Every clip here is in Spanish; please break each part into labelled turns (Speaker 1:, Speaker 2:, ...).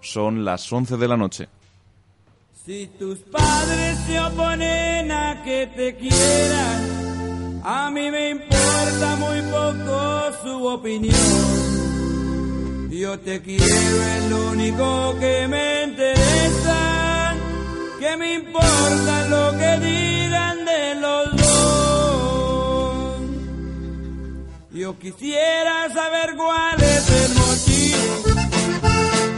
Speaker 1: Son las 11 de la noche.
Speaker 2: Si tus padres se oponen a que te quieran, a mí me importa muy poco su opinión. Yo te quiero, es lo único que me interesa, que me importa lo que digan de los dos. Yo quisiera saber cuál es el motivo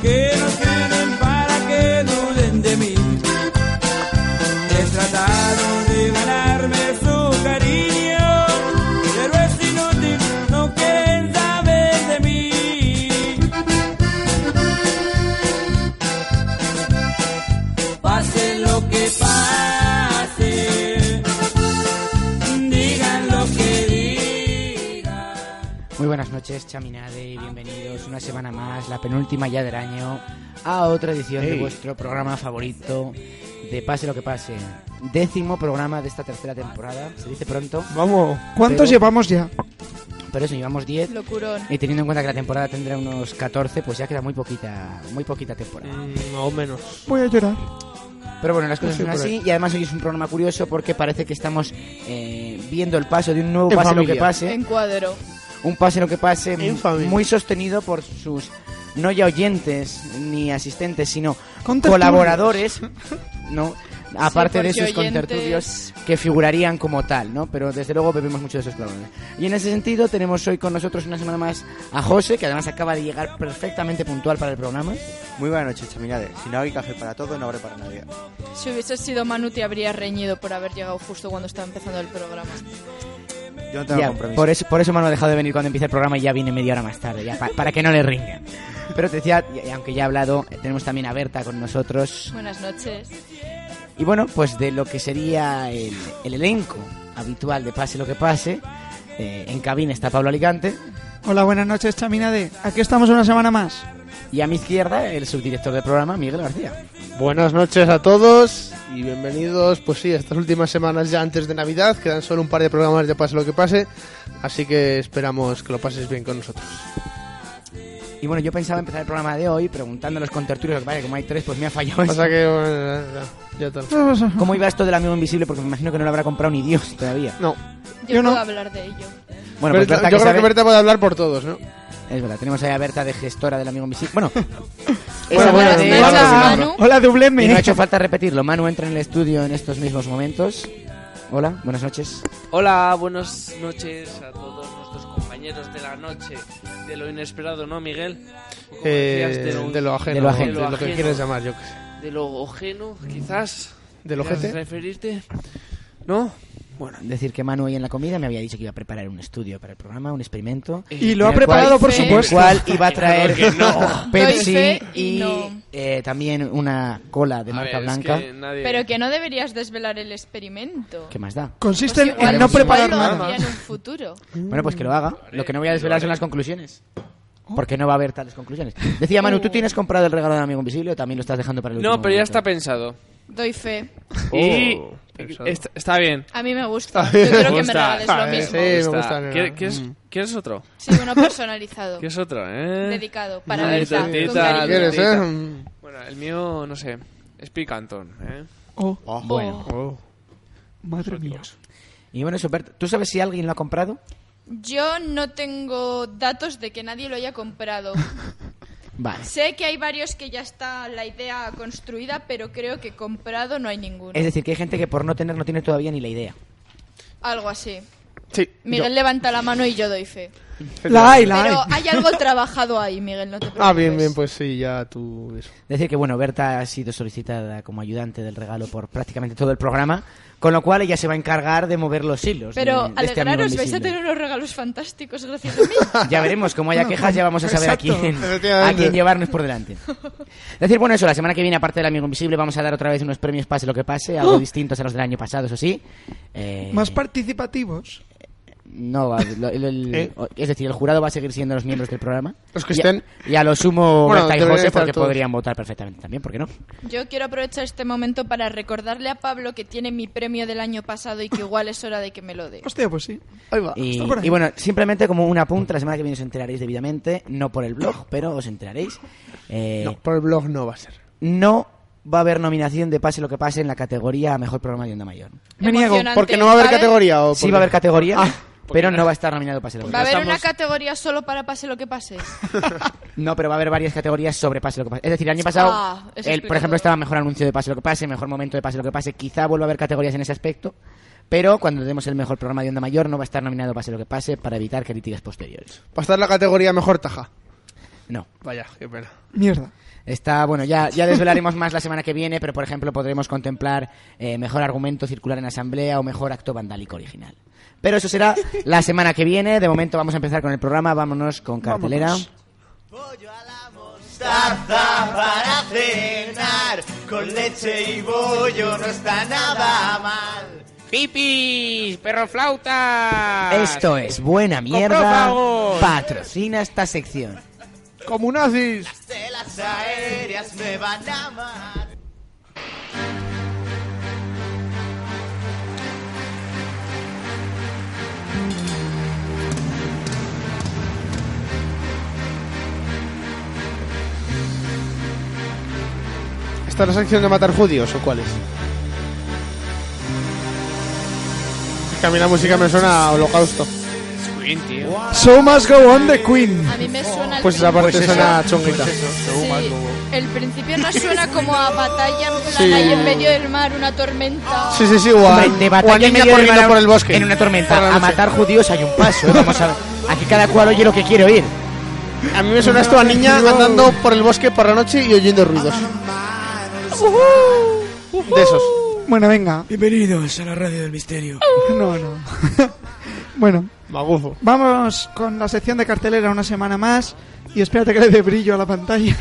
Speaker 2: que nos tienen para que duden de mí. He tratado de ganarme su cariño, pero es inútil, no quieren saber de mí. Pase lo que pase, digan lo que digan.
Speaker 3: Muy buenas noches, chaminade, y bienvenidos una semana más, la penúltima ya del año, a otra edición de
Speaker 4: Ey.
Speaker 3: vuestro programa favorito de Pase lo que pase. Décimo programa de esta tercera temporada, se dice pronto,
Speaker 4: Vamos, ¿cuántos
Speaker 3: Pero-
Speaker 4: llevamos ya?
Speaker 3: pero eso, llevamos 10
Speaker 5: Locurón.
Speaker 3: y teniendo en cuenta que la temporada tendrá unos 14, pues ya queda muy poquita, muy poquita temporada.
Speaker 4: Mm,
Speaker 6: o menos.
Speaker 4: Voy a llorar.
Speaker 3: Pero bueno, las cosas
Speaker 4: Sí,
Speaker 3: son
Speaker 4: por
Speaker 3: así y además hoy es un programa curioso porque parece que estamos eh, viendo el paso de un nuevo
Speaker 4: En
Speaker 3: pase lo
Speaker 4: familia.
Speaker 3: que pase,
Speaker 5: Encuadro.
Speaker 3: un pase lo que pase
Speaker 4: En familia.
Speaker 3: muy sostenido por sus no ya oyentes ni asistentes, sino
Speaker 4: Contertulios.
Speaker 3: colaboradores, ¿no? Aparte de
Speaker 5: porque
Speaker 3: sus
Speaker 5: oyentes-
Speaker 3: contertulios que figurarían como tal, ¿no? Pero desde luego bebemos mucho de esos programas. Y en ese sentido tenemos hoy con nosotros una semana más a José, que además acaba de llegar perfectamente puntual para el programa.
Speaker 7: Muy buenas noches, chaminades. Si no hay café para todos, no habrá para nadie.
Speaker 5: Si hubieses sido Manu, te habrías reñido por haber llegado justo cuando estaba empezando el programa.
Speaker 7: Yo no tengo
Speaker 3: Ya,
Speaker 7: compromiso.
Speaker 3: por eso, por eso me han dejado de venir cuando empieza el programa y ya viene media hora más tarde, ya, pa- para que no le ringan. Pero te decía, y- y aunque ya he hablado, eh, tenemos también a Berta con nosotros.
Speaker 5: Buenas noches.
Speaker 3: Y bueno, pues de lo que sería el, el elenco habitual de Pase lo que pase, eh, en cabina está Pablo Alicante
Speaker 4: Hola, buenas noches, Chaminade. Aquí estamos una semana más.
Speaker 3: y a mi izquierda el subdirector del programa, Miguel García.
Speaker 6: Buenas noches a todos y bienvenidos, pues sí, a estas últimas semanas ya antes de Navidad. Quedan solo un par de programas de Pase lo que pase, así que esperamos que lo pases bien con nosotros.
Speaker 3: Y bueno, yo pensaba empezar el programa de hoy preguntando a los contertulios, vale, como hay tres, pues me ha fallado. eso.
Speaker 6: Pasa que, bueno, ya, ya tal.
Speaker 3: ¿Cómo iba esto del amigo invisible? Porque me imagino que no lo habrá comprado ni Dios todavía.
Speaker 6: No,
Speaker 5: Yo,
Speaker 4: Yo no.
Speaker 5: puedo hablar de ello.
Speaker 3: Bueno, pues
Speaker 6: Berta-
Speaker 3: Berta,
Speaker 6: yo
Speaker 3: que
Speaker 6: creo
Speaker 3: sabe-
Speaker 6: que Berta puede hablar por todos, ¿no?
Speaker 3: Es verdad, tenemos ahí a Berta de gestora del amigo invisible. Bueno,
Speaker 6: Bueno, bueno,
Speaker 5: Buenas
Speaker 6: bueno,
Speaker 5: noches,
Speaker 6: bueno,
Speaker 5: Manu.
Speaker 4: Hola,
Speaker 3: y
Speaker 4: Dubleme.
Speaker 3: no ha hecho falta repetirlo. Manu entra en el estudio en estos mismos momentos. Hola, buenas noches.
Speaker 8: Hola, buenas noches a todos nuestros compañeros de la noche. De lo inesperado, ¿no, Miguel? Como
Speaker 6: Eh,
Speaker 8: decías,
Speaker 6: de, lo, ajeno,
Speaker 3: de lo ajeno.
Speaker 6: de lo que
Speaker 8: ajeno.
Speaker 6: quieres llamar, yo que sé.
Speaker 8: de lo ajeno, quizás.
Speaker 6: ¿Del ojete?
Speaker 8: ¿Quieras referirte? ¿No? Bueno.
Speaker 3: Decir que Manu hoy en la comida me había dicho que iba a preparar un estudio para el programa, un experimento.
Speaker 4: Y lo ha
Speaker 3: en el cual-
Speaker 4: preparado, por
Speaker 5: Sí.
Speaker 3: El
Speaker 4: supuesto.
Speaker 3: cual iba a traer
Speaker 5: Doy
Speaker 3: Pepsi
Speaker 5: fe
Speaker 3: y
Speaker 5: y no.
Speaker 3: eh, también una cola de
Speaker 8: A
Speaker 3: marca
Speaker 8: ver, es
Speaker 3: blanca.
Speaker 8: que nadie-
Speaker 4: eh.
Speaker 5: Pero que no deberías desvelar el experimento.
Speaker 3: ¿Qué más da?
Speaker 4: Consiste
Speaker 5: Pues
Speaker 4: en-
Speaker 5: igual-
Speaker 4: en no
Speaker 5: igual
Speaker 4: preparar
Speaker 5: lo
Speaker 4: nada.
Speaker 5: hacía en un futuro.
Speaker 3: Bueno, pues que lo haga. Lo que no voy a desvelar son las conclusiones. Porque no va a haber tales conclusiones. Decía Manu, ¿tú tienes comprado el regalo del amigo invisible o también lo estás dejando
Speaker 6: Pues
Speaker 3: para el último
Speaker 8: No, pero ya
Speaker 3: momento?
Speaker 8: está pensado.
Speaker 5: Doy fe.
Speaker 8: y
Speaker 6: Oh, pensado.
Speaker 8: est- está bien.
Speaker 5: A mí me gusta. Yo quiero que me
Speaker 8: Gusta.
Speaker 5: regales
Speaker 6: Ah,
Speaker 5: lo
Speaker 6: eh,
Speaker 5: mismo.
Speaker 6: sí. me
Speaker 8: Está.
Speaker 6: gusta, Mm. nena.
Speaker 8: ¿Quie- ¿Quieres, quieres otro?
Speaker 5: Sí, uno personalizado.
Speaker 8: ¿Quieres otro, eh?
Speaker 5: Dedicado. Para
Speaker 8: Ay,
Speaker 5: Berta.
Speaker 8: tantita,
Speaker 5: con cariño.
Speaker 8: Claro.
Speaker 6: ¿Quieres, eh?
Speaker 8: Bueno, el mío, no sé. Es picantón, ¿eh?
Speaker 4: Oh,
Speaker 3: Bueno.
Speaker 6: Oh.
Speaker 4: madre mía.
Speaker 3: Y bueno, eso, Berta, ¿tú sabes si alguien lo ha comprado?
Speaker 5: Yo no tengo datos de que nadie lo haya comprado.
Speaker 3: Vale.
Speaker 5: Sé que hay varios que ya está la idea construida, pero creo que comprado no hay ninguno.
Speaker 3: Es decir, que hay gente que por no tener no tiene todavía ni la idea.
Speaker 5: Algo así.
Speaker 6: Sí,
Speaker 5: Miguel levanta la mano y yo doy fe.
Speaker 4: La hay, la
Speaker 5: Pero
Speaker 4: hay.
Speaker 5: hay algo trabajado ahí, Miguel, no te preocupes.
Speaker 6: Ah, bien, bien, pues sí, ya tú. eso.
Speaker 3: Es decir, que bueno, Berta ha sido solicitada como ayudante del regalo por prácticamente todo el programa, con lo cual ella se va a encargar de mover los hilos.
Speaker 5: Pero
Speaker 3: de- de este amigo
Speaker 5: alegraros, vais a
Speaker 3: invisible.
Speaker 5: tener unos regalos fantásticos gracias a mí.
Speaker 3: Ya veremos, como haya quejas ya vamos a saber a
Speaker 4: Exacto,
Speaker 3: quién,
Speaker 6: efectivamente.
Speaker 3: a quién llevarnos por delante. Es decir, bueno, eso, la semana que viene, aparte del Amigo Invisible, vamos a dar otra vez unos premios
Speaker 6: ¡Oh!
Speaker 3: pase lo que pase, algo distintos a los del año pasado, eso sí. Eh,
Speaker 4: Más participativos.
Speaker 3: no va. lo- el- el-
Speaker 6: ¿Eh?
Speaker 3: o- Es decir, el jurado va a seguir siendo los miembros del programa.
Speaker 6: Los que
Speaker 3: Y a-
Speaker 6: estén.
Speaker 3: Y a, lo sumo
Speaker 6: Bueno,
Speaker 3: Berta y
Speaker 6: deberían
Speaker 3: José
Speaker 6: estar
Speaker 3: porque
Speaker 6: todos.
Speaker 3: podrían votar perfectamente también, ¿por qué no?
Speaker 5: Yo quiero aprovechar este momento para recordarle a Pablo que tiene mi premio del año pasado y que igual es hora de que me lo dé.
Speaker 4: Hostia, pues sí. Ahí va.
Speaker 3: Y,
Speaker 4: Está por ahí.
Speaker 3: y bueno, simplemente como un apunte, la semana que viene os enteraréis debidamente, no por el blog, pero os enteraréis. Eh,
Speaker 6: No, por el blog no va a ser.
Speaker 3: no va a haber nominación de pase lo que pase en la categoría a mejor programa de onda mayor.
Speaker 4: Me niego.
Speaker 5: Emocionante,
Speaker 6: Porque no va a haber
Speaker 5: ¿sabes?
Speaker 6: categoría o Ah,
Speaker 3: Sí
Speaker 6: por
Speaker 3: va a
Speaker 6: qué?
Speaker 3: haber categoría, pero no va a estar nominado pase lo que
Speaker 5: Va a
Speaker 3: pase.
Speaker 5: haber una
Speaker 8: Estamos-
Speaker 5: categoría solo para pase lo que pase.
Speaker 3: No, pero va a haber varias categorías sobre pase lo que pase. Es decir, el año pasado,
Speaker 5: Ah, eso
Speaker 3: el, por
Speaker 5: explica
Speaker 3: ejemplo,
Speaker 5: todo.
Speaker 3: estaba mejor anuncio de pase lo que pase, mejor momento de pase lo que pase. Quizá vuelva a haber categorías en ese aspecto, pero cuando demos el mejor programa de onda mayor no va a estar nominado pase lo que pase para evitar críticas posteriores.
Speaker 6: Va a estar la categoría mejor taja.
Speaker 3: No.
Speaker 6: Vaya, qué pena.
Speaker 4: Mierda.
Speaker 3: Está, bueno, ya, ya desvelaremos más la semana que viene, pero por ejemplo podremos contemplar eh, mejor argumento circular en asamblea o mejor acto vandálico original. Pero eso será la semana que viene. De momento vamos a empezar con el programa. Vámonos con cartelera.
Speaker 4: Vámonos.
Speaker 1: Taza para cenar, con leche y bollo no está nada mal.
Speaker 9: ¡Hippies! ¡Perroflautas!
Speaker 3: Esto es Buena Mierda.
Speaker 9: Coprófagos.
Speaker 3: Patrocina esta sección.
Speaker 6: Como nazis.
Speaker 1: De las aéreas me van a matar.
Speaker 6: ¿Esta es la sección de matar judíos o cuál es? Es que a mí la música me suena a holocausto.
Speaker 8: Queen, tío.
Speaker 4: So must go on the Queen.
Speaker 5: A mí me suena el
Speaker 6: Pues esa parte
Speaker 5: principio-
Speaker 6: suena a chonguita.
Speaker 5: Sí, el principio no suena como a batalla en plan
Speaker 6: Sí.
Speaker 5: ahí en medio del mar, una tormenta.
Speaker 6: Sí, sí, sí, o a,
Speaker 3: Hombre, de
Speaker 6: o a
Speaker 3: batalla en medio
Speaker 6: niña
Speaker 3: del
Speaker 6: corriendo
Speaker 3: mar
Speaker 6: por el bosque.
Speaker 3: En una
Speaker 6: Por la
Speaker 3: tormenta. A
Speaker 6: noche.
Speaker 3: matar judíos hay un paso. ¿eh? Vamos a ver. Aquí cada cual oye lo que quiere oír.
Speaker 6: A mí me suena esto a niña andando por el bosque por la noche y oyendo ruidos. De esos.
Speaker 4: Bueno, venga.
Speaker 2: Bienvenidos a la radio del misterio.
Speaker 4: No, no. bueno,
Speaker 6: Magufo.
Speaker 4: vamos con la sección de cartelera una semana más. Y espérate que le dé brillo a la pantalla.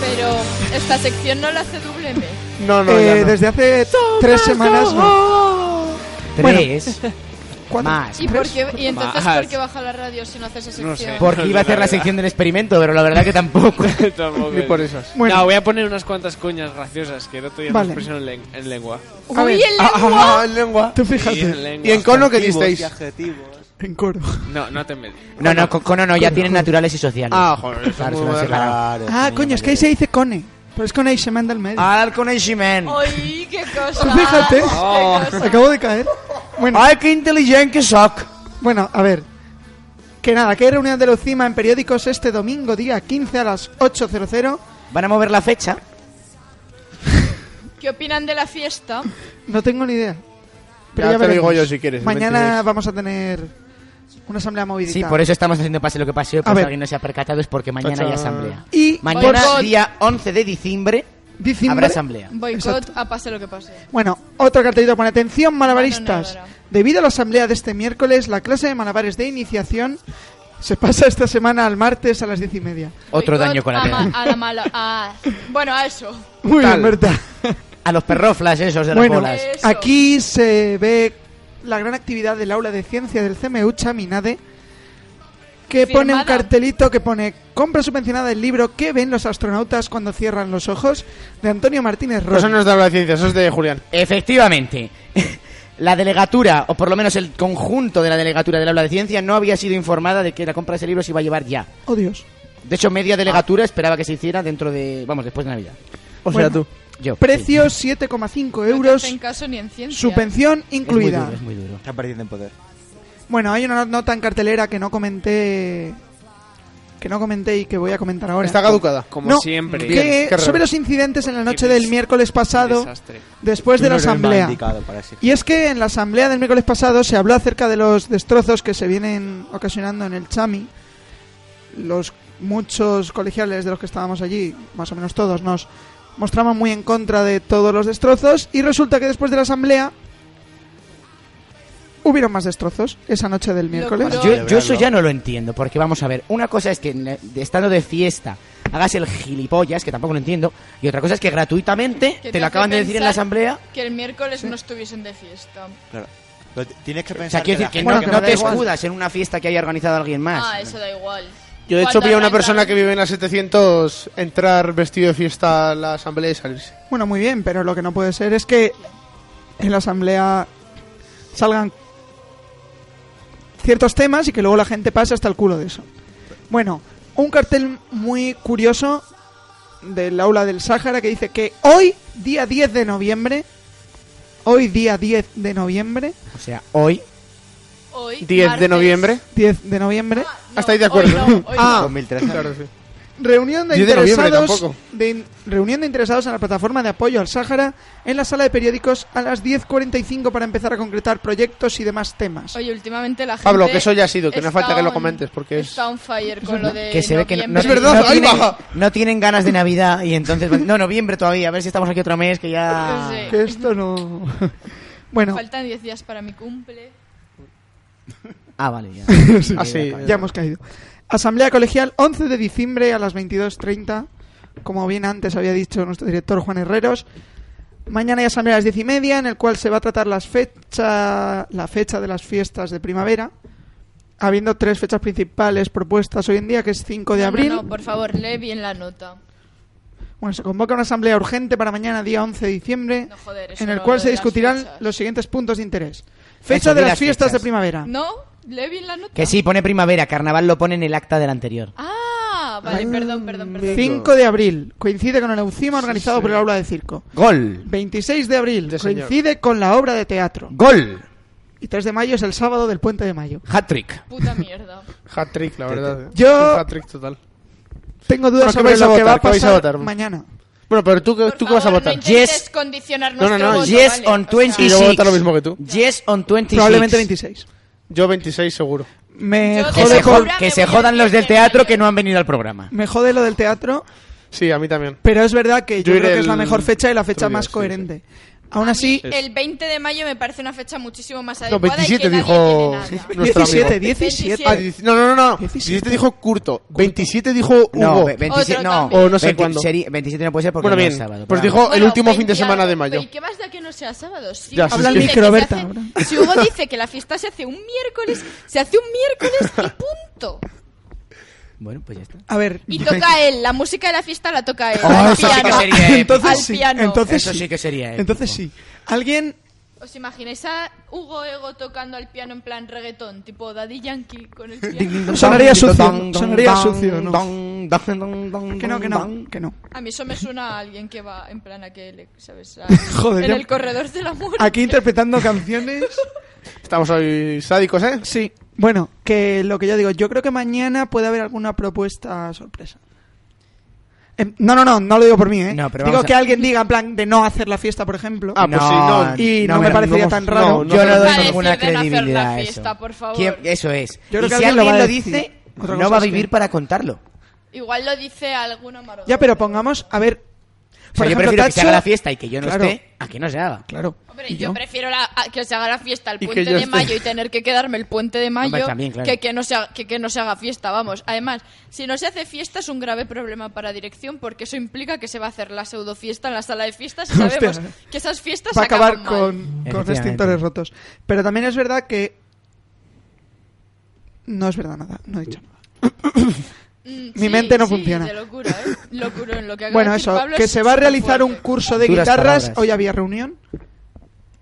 Speaker 5: Pero esta sección no la hace WM.
Speaker 6: No, no,
Speaker 4: Eh,
Speaker 6: ya no.
Speaker 4: desde hace tres semanas. no. Bueno.
Speaker 3: Tres.
Speaker 4: Cuatro.
Speaker 3: Más.
Speaker 5: ¿Y, por qué, y entonces
Speaker 8: Más.
Speaker 5: por qué baja la radio si no hace esa sección?
Speaker 8: No sé.
Speaker 3: Porque iba a hacer la sección del experimento, pero la verdad que tampoco.
Speaker 8: Tampoco
Speaker 6: Ni
Speaker 8: es.
Speaker 6: por esas.
Speaker 4: Bueno,
Speaker 8: No, voy a poner unas cuantas coñas gracias que el otro día
Speaker 4: Vale.
Speaker 8: nos pusieron en, len- en lengua.
Speaker 4: a
Speaker 5: Uy,
Speaker 4: ver,
Speaker 5: el
Speaker 6: Ah, ah, ah, en lengua.
Speaker 4: tú
Speaker 8: Y en
Speaker 4: fíjate.
Speaker 8: lengua.
Speaker 6: ¿Y en cono que
Speaker 7: Adjetivos y
Speaker 6: disteis?
Speaker 7: adjetivos.
Speaker 4: En coro.
Speaker 8: No, no te metes.
Speaker 3: No, no, con Cono no, ya tienen naturales y sociales.
Speaker 6: Ah, joder, eso
Speaker 3: Claro,
Speaker 6: es
Speaker 3: se
Speaker 6: muy
Speaker 3: lo han
Speaker 7: Claro.
Speaker 3: separado.
Speaker 4: Ah, coño, es que ahí se dice cone. Pero es cone y se manda al medio.
Speaker 3: Al Cono y Ximen.
Speaker 5: ¡Ay, qué cosa!
Speaker 4: Tú fíjate.
Speaker 5: qué cosa.
Speaker 4: Acabo de caer. Bueno,
Speaker 3: Oh. Ay, qué inteligente que soc.
Speaker 4: bueno, a ver. Que nada, que hay reunión de Lucima en periódicos este domingo, día 15 a las 8.00.
Speaker 3: Van a mover la fecha.
Speaker 5: ¿Qué opinan de la fiesta?
Speaker 4: No tengo ni idea.
Speaker 6: Ya te lo digo
Speaker 4: veremos.
Speaker 6: yo si quieres, el
Speaker 4: Mañana
Speaker 6: 26.
Speaker 4: vamos a tener una asamblea movidita.
Speaker 3: Sí, por eso estamos haciendo pase lo que pase hoy. Por
Speaker 4: A
Speaker 3: si
Speaker 4: ver.
Speaker 3: alguien no se ha percatado, es porque mañana hay
Speaker 6: Tachán.
Speaker 3: asamblea.
Speaker 4: Y
Speaker 3: Mañana,
Speaker 5: Boicot.
Speaker 3: día 11 de diciembre, habrá
Speaker 4: Diciembre-
Speaker 3: asamblea.
Speaker 5: Boicot
Speaker 4: Exacto.
Speaker 5: a pase lo que pase.
Speaker 4: Bueno, otro cartelito. Pon atención, malabaristas.
Speaker 5: Mano negra.
Speaker 4: Debido a la asamblea de este miércoles, la clase de malabares de iniciación se pasa esta semana al martes a las diez y media.
Speaker 3: Otro
Speaker 5: Boicot
Speaker 3: daño
Speaker 5: A,
Speaker 3: colateral.
Speaker 5: ma- a la mala. a- bueno, a eso.
Speaker 4: Muy
Speaker 6: Tal.
Speaker 4: bien, Berta.
Speaker 3: A los perroflas esos de las
Speaker 4: Bueno,
Speaker 3: bolas.
Speaker 5: Eso.
Speaker 4: aquí se ve la gran actividad del aula de ciencia del CMU Chaminade, que
Speaker 5: Firmada.
Speaker 4: pone un cartelito que pone compra subvencionada del libro que ven los astronautas cuando cierran los ojos? de Antonio Martínez
Speaker 6: Pero
Speaker 3: Pues
Speaker 4: Rosa.
Speaker 6: Eso no es de habla de ciencia, eso es de Julián.
Speaker 3: Efectivamente. La delegatura, o por lo menos el conjunto de la delegatura del aula de ciencia, no había sido informada de que la compra de ese libro se iba a llevar ya.
Speaker 4: Oh, Dios.
Speaker 3: De hecho, media
Speaker 4: Ah.
Speaker 3: delegatura esperaba que se hiciera dentro de. Vamos, después de Navidad.
Speaker 6: O sea,
Speaker 4: Bueno.
Speaker 6: tú.
Speaker 3: Yo.
Speaker 4: Precio 7,5
Speaker 5: No
Speaker 4: euros,
Speaker 5: hacen caso ni en ciencia.
Speaker 4: subvención
Speaker 3: sí. Es muy
Speaker 4: incluida.
Speaker 3: duro, es muy duro.
Speaker 7: Está perdiendo en poder.
Speaker 4: Bueno, hay una nota en cartelera que no comenté que no comenté y que voy a comentar ahora.
Speaker 6: Está caducada.
Speaker 8: Como
Speaker 4: No, que
Speaker 8: siempre.
Speaker 6: Bien, qué raro.
Speaker 4: sobre los incidentes en la noche
Speaker 8: Qué
Speaker 4: del
Speaker 8: des-
Speaker 4: miércoles pasado
Speaker 8: Desastre.
Speaker 4: después de la
Speaker 7: Tú no eres mal
Speaker 4: asamblea.
Speaker 7: indicado para exigir.
Speaker 4: Y es que en la asamblea del miércoles pasado se habló acerca de los destrozos que se vienen ocasionando en el Chami. Los muchos colegiales de los que estábamos allí, más o menos todos, nos mostraban muy en contra de todos los destrozos y resulta que después de la asamblea hubieron más destrozos esa noche del miércoles.
Speaker 5: Locura.
Speaker 3: Yo, yo eso ya no lo entiendo, porque vamos a ver, una cosa es que en la- de- estando de fiesta hagas el gilipollas, que tampoco lo entiendo. Y otra cosa es que gratuitamente
Speaker 5: Que
Speaker 3: te lo
Speaker 5: hace
Speaker 3: acaban de decir en la
Speaker 5: pensar
Speaker 3: asamblea.
Speaker 5: Que el miércoles no estuviesen de fiesta.
Speaker 7: Claro. Pero t- tienes que pensar.
Speaker 3: O sea, quiero decir
Speaker 7: que
Speaker 3: que
Speaker 7: la
Speaker 3: no,
Speaker 7: gente-
Speaker 3: no
Speaker 4: me
Speaker 3: te
Speaker 4: da igual.
Speaker 3: escudas en una fiesta que haya organizado alguien más.
Speaker 5: Ah, eso da igual.
Speaker 6: Yo de hecho
Speaker 5: ¿Cuántas
Speaker 6: vi a una
Speaker 5: raids
Speaker 6: persona
Speaker 5: habrá?
Speaker 6: que vive en la 700 entrar vestido de fiesta a la asamblea y salirse.
Speaker 4: Bueno, muy bien, pero lo que no puede ser es que en la asamblea salgan ciertos temas y que luego la gente pase hasta el culo de eso. Bueno, un cartel muy curioso del aula del Sáhara que dice que hoy, día 10 de noviembre, hoy día 10 de noviembre,
Speaker 3: O sea, hoy.
Speaker 5: Hoy,
Speaker 6: 10 de
Speaker 5: martes.
Speaker 6: noviembre.
Speaker 4: 10 de noviembre,
Speaker 5: Ah, no,
Speaker 6: Hasta ahí de
Speaker 5: hoy
Speaker 6: acuerdo.
Speaker 5: no, hoy
Speaker 4: Ah.
Speaker 5: no.
Speaker 7: 2013.
Speaker 6: Claro, sí.
Speaker 4: Reunión de
Speaker 6: 10 de noviembre
Speaker 4: interesados
Speaker 6: tampoco.
Speaker 4: de in- reunión de interesados en la plataforma de apoyo al Sáhara en la sala de periódicos a las 10:45 para empezar a concretar proyectos y demás temas.
Speaker 5: Oye, últimamente la gente.
Speaker 6: Pablo, que eso ya ha sido, que no
Speaker 5: está
Speaker 6: falta que lo
Speaker 5: on-
Speaker 6: comentes, porque es-
Speaker 5: Está on fire con lo de.
Speaker 3: Que se ve que no, no-
Speaker 5: noviembre.
Speaker 6: Es verdad,
Speaker 3: no
Speaker 6: ahí
Speaker 3: tienen,
Speaker 6: va.
Speaker 3: no tienen ganas de Navidad y entonces... pues, No, noviembre todavía, a ver si estamos aquí otro mes que ya...
Speaker 5: Sí.
Speaker 4: Que esto no Bueno,
Speaker 5: Faltan 10 días para mi cumple.
Speaker 3: Ah, vale, ya. Pues
Speaker 6: Ah, sí.
Speaker 4: ya hemos caído. Asamblea colegial 11 de diciembre a las 22:30, como bien antes había dicho nuestro director Juan Herreros. Mañana hay asamblea a las 10 y media, en el cual se va a tratar las fecha, la fecha de las fiestas de primavera, habiendo tres fechas principales propuestas hoy en día, que es 5
Speaker 5: No,
Speaker 4: de
Speaker 5: no,
Speaker 4: abril.
Speaker 5: no, por favor, lee bien la nota.
Speaker 4: Bueno, se convoca una asamblea urgente para mañana, día 11 de diciembre,
Speaker 5: No, joder, eso
Speaker 4: en el
Speaker 5: no,
Speaker 4: cual
Speaker 5: lo
Speaker 4: se
Speaker 5: de las
Speaker 4: discutirán
Speaker 5: fechas.
Speaker 4: los siguientes puntos de interés. Fecha
Speaker 3: Eso, di
Speaker 4: de las
Speaker 3: las
Speaker 4: fiestas
Speaker 3: fechas.
Speaker 4: de primavera.
Speaker 5: ¿No? ¿Lee bien la nota?
Speaker 3: Que sí, pone primavera, carnaval lo pone en el acta del anterior.
Speaker 5: Ah, vale, perdón, perdón, perdón.
Speaker 4: 5 de abril, coincide con el Eucima organizado por el aula de circo.
Speaker 3: ¡Gol!
Speaker 4: 26 de abril,
Speaker 6: Sí, señor.
Speaker 4: coincide con la obra de teatro.
Speaker 3: ¡Gol!
Speaker 4: Y 3 de mayo es el sábado del puente de mayo.
Speaker 3: Hat-trick.
Speaker 5: Puta mierda.
Speaker 6: Hat-trick, la verdad. eh.
Speaker 4: Yo-
Speaker 6: Un Hat-trick total.
Speaker 4: Tengo dudas
Speaker 6: Bueno, ¿qué
Speaker 4: sobre
Speaker 6: vais a
Speaker 4: lo que
Speaker 6: votar?
Speaker 4: va a
Speaker 6: ¿Qué vais a
Speaker 4: pasar
Speaker 6: votar?
Speaker 4: mañana.
Speaker 6: Bueno, pero tú,
Speaker 5: Por
Speaker 6: ¿tú qué vas a
Speaker 5: favor,
Speaker 6: votar?
Speaker 5: No intentes
Speaker 3: Yes.
Speaker 5: condicionar
Speaker 6: No, no,
Speaker 5: nuestro
Speaker 6: no,
Speaker 5: voto,
Speaker 3: yes
Speaker 5: vale.
Speaker 3: on
Speaker 5: O sea,
Speaker 3: 20.
Speaker 6: yo voy a votar lo mismo que tú.
Speaker 3: Yes on 26.
Speaker 4: Probablemente 26.
Speaker 6: Yo 26 seguro.
Speaker 5: Yo
Speaker 4: Me
Speaker 5: de
Speaker 3: Que se,
Speaker 4: jode,
Speaker 5: seguro-
Speaker 4: con-
Speaker 3: jo- que se jodan los del teatro que no han venido al programa.
Speaker 4: me jode lo del teatro,
Speaker 6: Sí, a mí también.
Speaker 4: pero es verdad que yo,
Speaker 6: Yo iré
Speaker 4: creo que es la
Speaker 6: el
Speaker 4: mejor fecha y la fecha
Speaker 6: otro día,
Speaker 4: más
Speaker 6: sí,
Speaker 4: coherente. Aún así,
Speaker 5: El 20 de mayo me parece una fecha muchísimo más
Speaker 6: No,
Speaker 5: adecuada. y
Speaker 6: 27
Speaker 5: que nadie
Speaker 6: dijo
Speaker 5: tiene nada.
Speaker 6: nuestro
Speaker 4: 17,
Speaker 6: amigo.
Speaker 4: 17.
Speaker 6: Ah, dieci- no, no, no, no.
Speaker 4: 17.
Speaker 6: 17 dijo Curto. 27 dijo Hugo.
Speaker 3: No, ve- 27
Speaker 5: Otro
Speaker 3: no.
Speaker 5: también.
Speaker 6: O no sé cuándo.
Speaker 3: 27 no puede ser porque
Speaker 6: bueno,
Speaker 3: no
Speaker 6: bien.
Speaker 3: es sábado.
Speaker 6: pues
Speaker 3: pero
Speaker 6: dijo
Speaker 3: vamos.
Speaker 6: el
Speaker 5: Bueno,
Speaker 6: último fin de
Speaker 5: 20
Speaker 6: semana de
Speaker 5: algo,
Speaker 6: mayo.
Speaker 5: pero ¿y qué más da que no sea sábado? Si
Speaker 6: Ya,
Speaker 5: Hugo
Speaker 6: Habla al
Speaker 5: dice
Speaker 4: micro,
Speaker 5: que se
Speaker 4: Berta,
Speaker 5: hace-
Speaker 4: ahora.
Speaker 5: si Hugo dice que la fiesta se hace un miércoles, se hace un miércoles y punto.
Speaker 3: Bueno, pues ya está.
Speaker 4: a ver, Ah,
Speaker 5: Y toca él, la música de la fiesta la toca él.
Speaker 3: Oh,
Speaker 6: Ah,
Speaker 5: al
Speaker 3: eso sí que
Speaker 5: piano.
Speaker 3: sería épico.
Speaker 4: entonces
Speaker 5: al
Speaker 4: sí,
Speaker 5: piano.
Speaker 4: entonces
Speaker 3: Eso sí que sería épico.
Speaker 4: Entonces sí. Alguien
Speaker 5: ¿Os imagináis a Hugo Ego tocando al piano en plan reggaetón? Tipo Daddy Yankee con el
Speaker 3: Ding,
Speaker 5: piano.
Speaker 3: ding, dong,
Speaker 4: Sonaría
Speaker 3: dong,
Speaker 4: sucio,
Speaker 3: dong,
Speaker 4: sonaría
Speaker 3: dong,
Speaker 4: sucio, ¿no?
Speaker 3: dong, dong, dong, dong,
Speaker 4: que no, que
Speaker 3: dong.
Speaker 4: no, que no.
Speaker 5: A mí eso me suena a alguien que va en plan a que le, ¿sabes? A-
Speaker 4: Joder,
Speaker 5: en
Speaker 4: ya- Ah.
Speaker 5: el corredor de la muerte.
Speaker 4: Aquí interpretando canciones.
Speaker 6: Estamos hoy sádicos, ¿eh?
Speaker 4: Sí. Bueno, que lo que yo digo, yo creo que mañana puede haber alguna propuesta sorpresa. Em, No, no, no, no lo digo por mí, ¿eh?
Speaker 3: No, pero
Speaker 4: digo
Speaker 3: vamos a-
Speaker 4: que alguien diga en plan de no hacer la fiesta, por ejemplo.
Speaker 6: Ah, pues sí, no.
Speaker 4: Y no me parecería tan raro.
Speaker 3: yo no doy
Speaker 5: Parece
Speaker 3: ninguna
Speaker 5: de no hacer la
Speaker 3: credibilidad a eso.
Speaker 5: fiesta, por favor.
Speaker 3: ¿Quién- Eso es.
Speaker 4: creo
Speaker 3: y
Speaker 4: que
Speaker 3: si
Speaker 4: alguien lo va
Speaker 3: alguien
Speaker 4: a
Speaker 3: lo
Speaker 4: decir.
Speaker 3: dice,
Speaker 4: Otra
Speaker 3: no
Speaker 4: cosa
Speaker 3: va a
Speaker 4: es que-
Speaker 3: vivir para contarlo.
Speaker 5: Igual lo dice alguno amarodón.
Speaker 4: Ya, pero pongamos, a ver.
Speaker 3: O sea, yo prefiero que se haga la fiesta y que yo no
Speaker 4: Claro.
Speaker 3: esté a que no se haga.
Speaker 4: Claro.
Speaker 5: Hombre,
Speaker 4: ¿Y
Speaker 5: yo,
Speaker 4: yo?
Speaker 5: prefiero la- a- que se haga la fiesta el
Speaker 6: que
Speaker 5: puente
Speaker 6: yo
Speaker 5: de
Speaker 6: esté-
Speaker 5: mayo y tener que quedarme el puente de mayo
Speaker 3: Hombre, también, claro.
Speaker 5: que, que no se haga, que, que no se haga fiesta, vamos. Además, si no se hace fiesta es un grave problema para dirección porque eso implica que se va a hacer la pseudo fiesta en la sala de fiestas y
Speaker 4: Hostia.
Speaker 5: sabemos que esas fiestas
Speaker 4: va a acabar
Speaker 5: acaban mal.
Speaker 4: con, con
Speaker 3: Efectivamente.
Speaker 4: extintores rotos. Pero también es verdad que. No es verdad nada, no he dicho nada.
Speaker 5: Mm,
Speaker 4: mi mente no
Speaker 5: sí,
Speaker 4: funciona.
Speaker 5: de locura, ¿eh? Locura en lo que acaba
Speaker 4: Bueno,
Speaker 5: de decir
Speaker 4: eso,
Speaker 5: Pablo
Speaker 4: que
Speaker 5: es
Speaker 4: se va a realizar un
Speaker 5: superfuerte.
Speaker 4: curso de
Speaker 3: Duras
Speaker 4: guitarras.
Speaker 3: palabras.
Speaker 4: Hoy había reunión.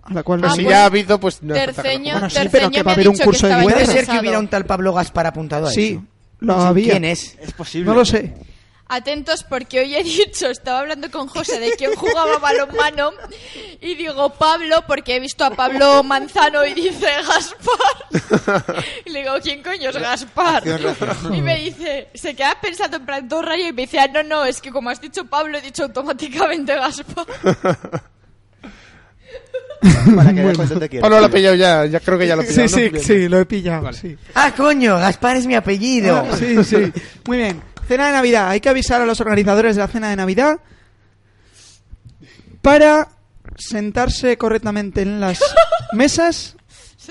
Speaker 4: A la cual no
Speaker 5: Ah,
Speaker 6: si
Speaker 4: sé.
Speaker 5: bueno.
Speaker 6: ya ha habido, pues. No hace falta que lo
Speaker 5: Terceño,
Speaker 4: Bueno, sí,
Speaker 5: Terceño
Speaker 4: pero que
Speaker 5: me
Speaker 4: va a
Speaker 5: ha
Speaker 4: haber un
Speaker 5: dicho
Speaker 4: curso
Speaker 5: que
Speaker 4: de
Speaker 5: estaba
Speaker 4: Puede
Speaker 3: Puede
Speaker 4: ser
Speaker 3: ser que
Speaker 5: interesado.
Speaker 3: hubiera un tal Pablo Gaspar apuntado a
Speaker 4: Sí,
Speaker 3: eso.
Speaker 4: lo había.
Speaker 3: ¿Quién es?
Speaker 7: Es posible.
Speaker 4: No lo sé.
Speaker 5: Atentos porque hoy he dicho, estaba hablando con José de quien jugaba balonmano y digo Pablo porque he visto a Pablo Manzano y dice Gaspar. Y le digo, ¿quién coño es Gaspar? Y me dice, se queda pensando en plan dos rayos y me dice, ah, no, no, es que como has dicho Pablo he dicho automáticamente Gaspar.
Speaker 7: Para que veas cuánto te quiero.
Speaker 6: Pablo lo ha pillado ya, ya creo que ya lo ha pillado.
Speaker 4: Sí,
Speaker 6: ¿no?
Speaker 4: sí,
Speaker 6: Bien.
Speaker 4: sí, lo he pillado. sí.
Speaker 3: Ah, coño, Gaspar es mi apellido.
Speaker 4: Ah, sí, sí. Muy bien. Cena de Navidad. Hay que avisar a los organizadores de la cena de Navidad para sentarse correctamente en las mesas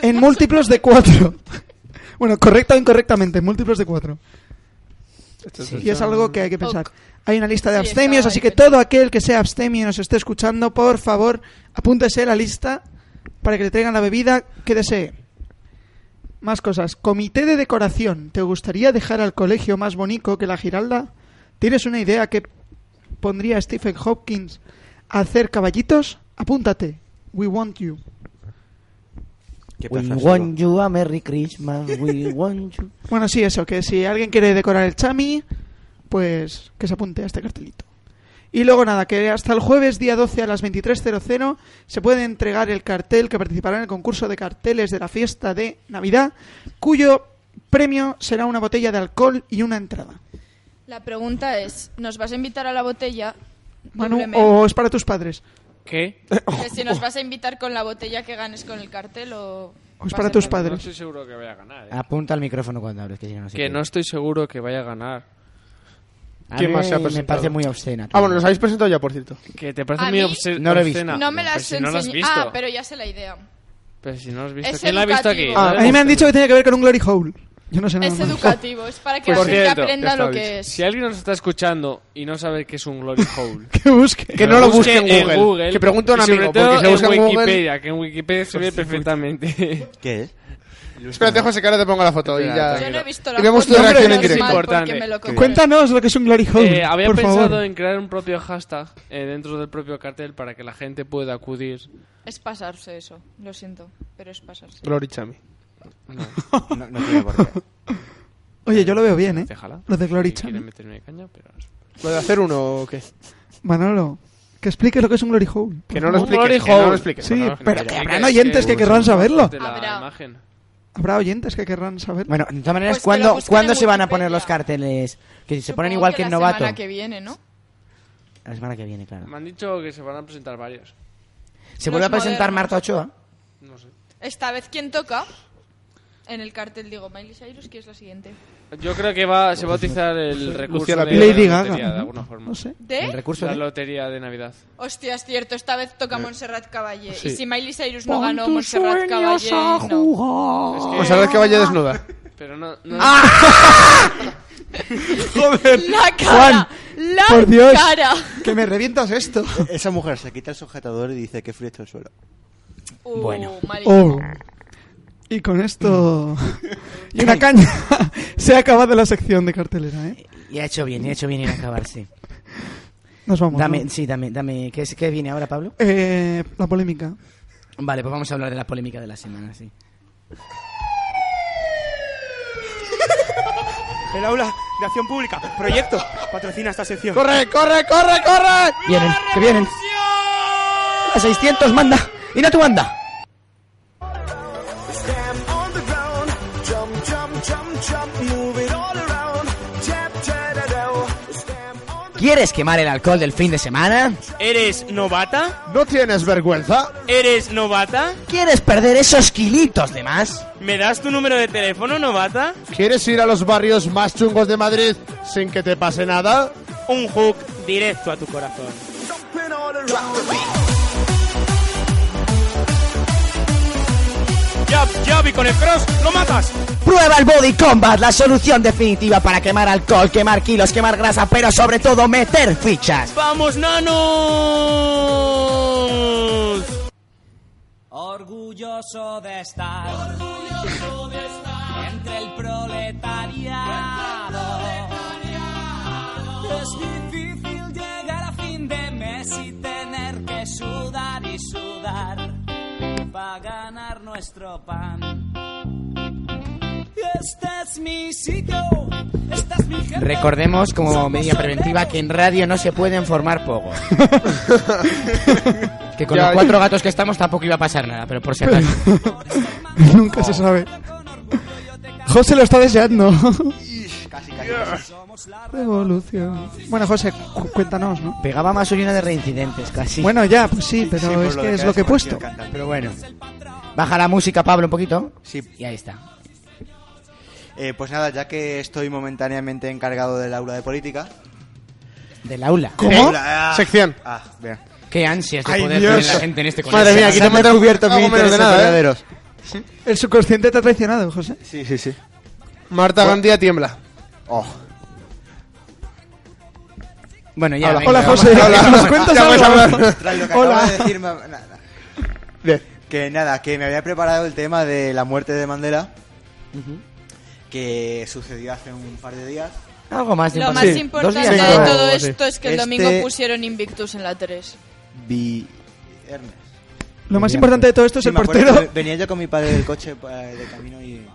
Speaker 4: en múltiplos de cuatro. Bueno, correcta o incorrectamente, en múltiplos de cuatro. Y es algo que hay que pensar. Hay una lista de
Speaker 5: Sí, está
Speaker 4: abstemios, así
Speaker 5: ahí,
Speaker 4: que
Speaker 5: pero-
Speaker 4: todo aquel que sea abstemio y nos esté escuchando, por favor, apúntese la lista para que le traigan la bebida que desee. Más cosas. Comité de decoración. ¿Te gustaría dejar al colegio más bonito que la Giralda? ¿Tienes una idea que pondría Stephen Hopkins a hacer caballitos? Apúntate. We want you.
Speaker 7: ¿Qué
Speaker 3: We
Speaker 7: pasa, Seba?
Speaker 3: want you a Merry Christmas, we want you.
Speaker 4: Bueno, sí, eso, que si alguien quiere decorar el chami, pues que se apunte a este cartelito. Y luego nada, que hasta el jueves día 12 a las 23.00 se puede entregar el cartel que participará en el concurso de carteles de la fiesta de Navidad, cuyo premio será una botella de alcohol y una entrada.
Speaker 5: La pregunta es, ¿nos vas a invitar a la botella?
Speaker 4: Manu,
Speaker 5: Doblemente.
Speaker 4: o es para tus padres.
Speaker 8: ¿Qué?
Speaker 3: Oh.
Speaker 5: Que si nos vas a invitar con la botella que ganes con el cartel o...
Speaker 4: O
Speaker 5: vas
Speaker 4: es para
Speaker 5: a-
Speaker 4: tus
Speaker 8: No
Speaker 4: padres.
Speaker 8: estoy seguro que vaya a ganar. ¿eh?
Speaker 3: Apunta al micrófono cuando hables, que si no, no sé.
Speaker 8: Que no estoy seguro que vaya a ganar.
Speaker 6: ¿Quién más se ha
Speaker 3: Me
Speaker 6: presentado?
Speaker 3: parece muy obscena.
Speaker 6: Ah, bueno, los habéis presentado ya, por cierto.
Speaker 8: Que te parece
Speaker 5: ¿A
Speaker 8: muy
Speaker 5: mí?
Speaker 8: obscena.
Speaker 3: No lo he visto.
Speaker 5: No me las
Speaker 8: Pero si no lo has
Speaker 5: enseñé-
Speaker 8: visto.
Speaker 5: Ah, pero ya sé la idea.
Speaker 8: Pero si no lo has visto.
Speaker 5: Es
Speaker 8: ¿Quién la ha visto aquí?
Speaker 5: educativo.
Speaker 4: Ah, a mí me han dicho que tiene que ver con un glory hole. Yo no sé nada.
Speaker 5: Es
Speaker 4: más.
Speaker 5: educativo, es para que
Speaker 6: Pues
Speaker 5: la gente
Speaker 6: cierto,
Speaker 5: aprenda
Speaker 6: está
Speaker 5: lo
Speaker 6: dicho.
Speaker 5: que es.
Speaker 8: Si alguien nos está escuchando y no sabe qué es un glory hole,
Speaker 4: Que busque.
Speaker 6: Que no lo busque en
Speaker 8: en
Speaker 6: Google. Que pregunte a un
Speaker 8: y sobre
Speaker 6: amigo,
Speaker 8: todo
Speaker 6: porque si lo busca en
Speaker 8: en
Speaker 6: Google- Pues
Speaker 8: Wikipedia, que en Wikipedia se ve perfectamente.
Speaker 7: ¿Qué es?
Speaker 6: Espérate, José, que ahora te pongo la foto y
Speaker 8: Espera,
Speaker 5: Yo
Speaker 6: ya.
Speaker 5: no he visto la
Speaker 6: Y vemos tu
Speaker 5: foto,
Speaker 6: reacción en
Speaker 5: menos
Speaker 6: directo.
Speaker 5: mal, porque
Speaker 8: Importante.
Speaker 5: me lo contaron.
Speaker 4: Cuéntanos lo que es un glory hole.
Speaker 8: Eh, había
Speaker 4: por
Speaker 8: pensado
Speaker 4: favor.
Speaker 8: en crear un propio hashtag eh, dentro del propio cartel para que la gente pueda acudir.
Speaker 5: Es pasarse eso, lo siento, pero es pasarse.
Speaker 6: Glory Chami.
Speaker 7: No, no tiene por qué.
Speaker 4: Oye, yo lo veo bien, ¿eh?
Speaker 8: Déjala.
Speaker 4: Lo de glory
Speaker 8: Si quiere
Speaker 4: chami.
Speaker 8: meterme caña, pero...
Speaker 6: ¿Lo de hacer uno o qué?
Speaker 4: Manolo, que explique lo que es un glory hole.
Speaker 6: Que no lo
Speaker 8: Un glory
Speaker 6: expliques, que no
Speaker 8: hole.
Speaker 6: lo expliques.
Speaker 4: Sí,
Speaker 6: Manolo.
Speaker 4: pero que
Speaker 8: Explica,
Speaker 4: habrán
Speaker 8: es
Speaker 4: oyentes que querrán saberlo.
Speaker 8: de la
Speaker 5: Habrá.
Speaker 8: imagen.
Speaker 4: Habrá oyentes que querrán saberlo.
Speaker 3: Bueno, de todas maneras,
Speaker 5: Pues que lo
Speaker 3: ¿cuándo,
Speaker 5: busquen
Speaker 3: ¿cuándo
Speaker 5: en
Speaker 3: se van a poner
Speaker 5: Wikipedia.
Speaker 3: los carteles? Que si se ponen
Speaker 5: Supongo
Speaker 3: igual que el
Speaker 5: la
Speaker 3: novato.
Speaker 5: semana que viene, ¿no?
Speaker 3: La semana que viene, claro.
Speaker 8: Me han dicho que se van a presentar varios.
Speaker 3: ¿Se
Speaker 5: Los
Speaker 3: vuelve a presentar
Speaker 5: modernos.
Speaker 3: Marta Ochoa?
Speaker 8: No sé.
Speaker 5: Esta vez, ¿quién toca? En el cartel digo, Miley Cyrus, que es la siguiente.
Speaker 8: Yo creo que va, se va a utilizar el recurso
Speaker 6: Lucía la
Speaker 8: de
Speaker 6: Pilar.
Speaker 4: Lady
Speaker 8: la
Speaker 4: Gaga.
Speaker 8: lotería, de
Speaker 4: ¿no?
Speaker 8: alguna forma.
Speaker 4: No sé.
Speaker 3: El
Speaker 5: ¿De?
Speaker 3: recurso
Speaker 8: La
Speaker 3: de...
Speaker 8: lotería de Navidad.
Speaker 5: Hostia, es cierto, esta vez toca Montserrat Caballé.
Speaker 6: Sí.
Speaker 5: Y si Miley Cyrus no ganó, Montserrat Caballé no.
Speaker 8: Es que-
Speaker 6: O sea, que vaya desnuda.
Speaker 8: Pero no... no-
Speaker 5: ¡La cara! ¡La
Speaker 4: por Dios.
Speaker 5: cara!
Speaker 4: Que me revientas esto.
Speaker 7: Esa mujer se quita el sujetador y dice que frío está el suelo.
Speaker 5: Uh,
Speaker 3: Bueno.
Speaker 5: malísimo.
Speaker 4: Oh. Y con esto y una caña se ha acabado la sección de cartelera, ¿eh?
Speaker 3: Y ha hecho bien, y ha hecho bien en acabar, sí.
Speaker 4: Nos vamos.
Speaker 3: Dame,
Speaker 4: ¿no?
Speaker 3: sí, dame, dame. ¿Qué, es- qué viene ahora, Pablo?
Speaker 4: Eh, la polémica.
Speaker 3: Vale, pues vamos a hablar de la polémica de la semana, sí.
Speaker 10: El aula de acción pública, proyecto, patrocina esta sección.
Speaker 6: ¡Corre, corre, corre, corre!
Speaker 3: Vienen, que vienen. La 600 manda. Y no tú manda. ¿Quieres quemar el alcohol del fin de semana?
Speaker 10: ¿Eres novata?
Speaker 6: ¿No tienes vergüenza?
Speaker 10: ¿Eres novata?
Speaker 3: Eh, ¿Quieres perder esos kilitos de más?
Speaker 10: ¿Me das tu número de teléfono, novata?
Speaker 6: ¿Quieres ir a los barrios más chungos de Madrid sin que te pase nada?
Speaker 10: Un hook directo a tu corazón. Ya, ya vi con el cross, lo matas.
Speaker 3: Prueba el Body Combat, la solución definitiva para quemar alcohol, quemar kilos, quemar grasa, pero sobre todo meter fichas.
Speaker 10: Vamos, nanos.
Speaker 2: Orgulloso de estar. Entre el proletariado. Es difícil llegar a fin de mes y tener que sudar y sudar. Para ganar nuestro pan. Este es mi sitio. Esta es mi gente.
Speaker 3: Recordemos como medida preventiva que en radio no se pueden formar pogos. que con
Speaker 6: Ya,
Speaker 3: los
Speaker 6: ya.
Speaker 3: cuatro gatos que estamos tampoco iba a pasar nada, pero por si acaso.
Speaker 4: Nunca se sabe. José lo está deseando. Revolución. Bueno, José, cu- cuéntanos, ¿no?
Speaker 3: Pegaba más orina de reincidentes, casi.
Speaker 4: Bueno, ya, pues sí, pero
Speaker 7: Sí, por
Speaker 4: es
Speaker 7: lo
Speaker 4: que
Speaker 7: de
Speaker 4: es lo que he
Speaker 7: se convirtió
Speaker 4: puesto.
Speaker 7: en cantante.
Speaker 3: pero bueno. Baja la música, Pablo, un poquito.
Speaker 7: Sí,
Speaker 3: Y ahí está.
Speaker 7: eh, pues nada, ya que estoy momentáneamente encargado del aula de política.
Speaker 3: Del aula. ¿Eh?
Speaker 6: ¿Cómo?
Speaker 7: Aula, ah,
Speaker 6: Sección.
Speaker 7: Ah, bien.
Speaker 3: Qué ansias de
Speaker 6: Ay,
Speaker 3: poder
Speaker 6: Dios.
Speaker 3: tener la gente en este colegio.
Speaker 6: Madre mía, aquí te
Speaker 7: Se me
Speaker 6: meto
Speaker 7: han descubierto
Speaker 6: algo
Speaker 7: mis
Speaker 6: menos de
Speaker 7: intereses
Speaker 6: nada, ¿eh?
Speaker 7: verdaderos.
Speaker 4: El subconsciente te ha traicionado, José.
Speaker 7: Sí, sí, sí.
Speaker 6: Marta Gandía tiembla.
Speaker 7: Oh.
Speaker 3: Bueno, ya.
Speaker 6: Hola,
Speaker 3: venga,
Speaker 6: hola,
Speaker 3: vamos.
Speaker 6: José. Hola. ¿Nos cuentas
Speaker 7: Ya
Speaker 6: algo?
Speaker 7: vamos a ver. Tras lo que
Speaker 6: Hola.
Speaker 7: acabo de decir, ma- nada.
Speaker 6: Bien.
Speaker 7: Que nada, que me había preparado el tema de la muerte de Mandela, que sucedió hace un par de días.
Speaker 3: Algo más
Speaker 5: Lo más importante
Speaker 7: días,
Speaker 5: de
Speaker 7: ¿no?
Speaker 5: todo
Speaker 7: Sí.
Speaker 5: esto es que el
Speaker 7: Este-
Speaker 5: domingo pusieron Invictus en la 3.
Speaker 7: Viernes.
Speaker 4: Lo más importante de todo esto es
Speaker 7: Sí,
Speaker 4: el
Speaker 7: me acuerdo
Speaker 4: portero.
Speaker 7: que Venía yo con mi padre del coche eh, de camino y.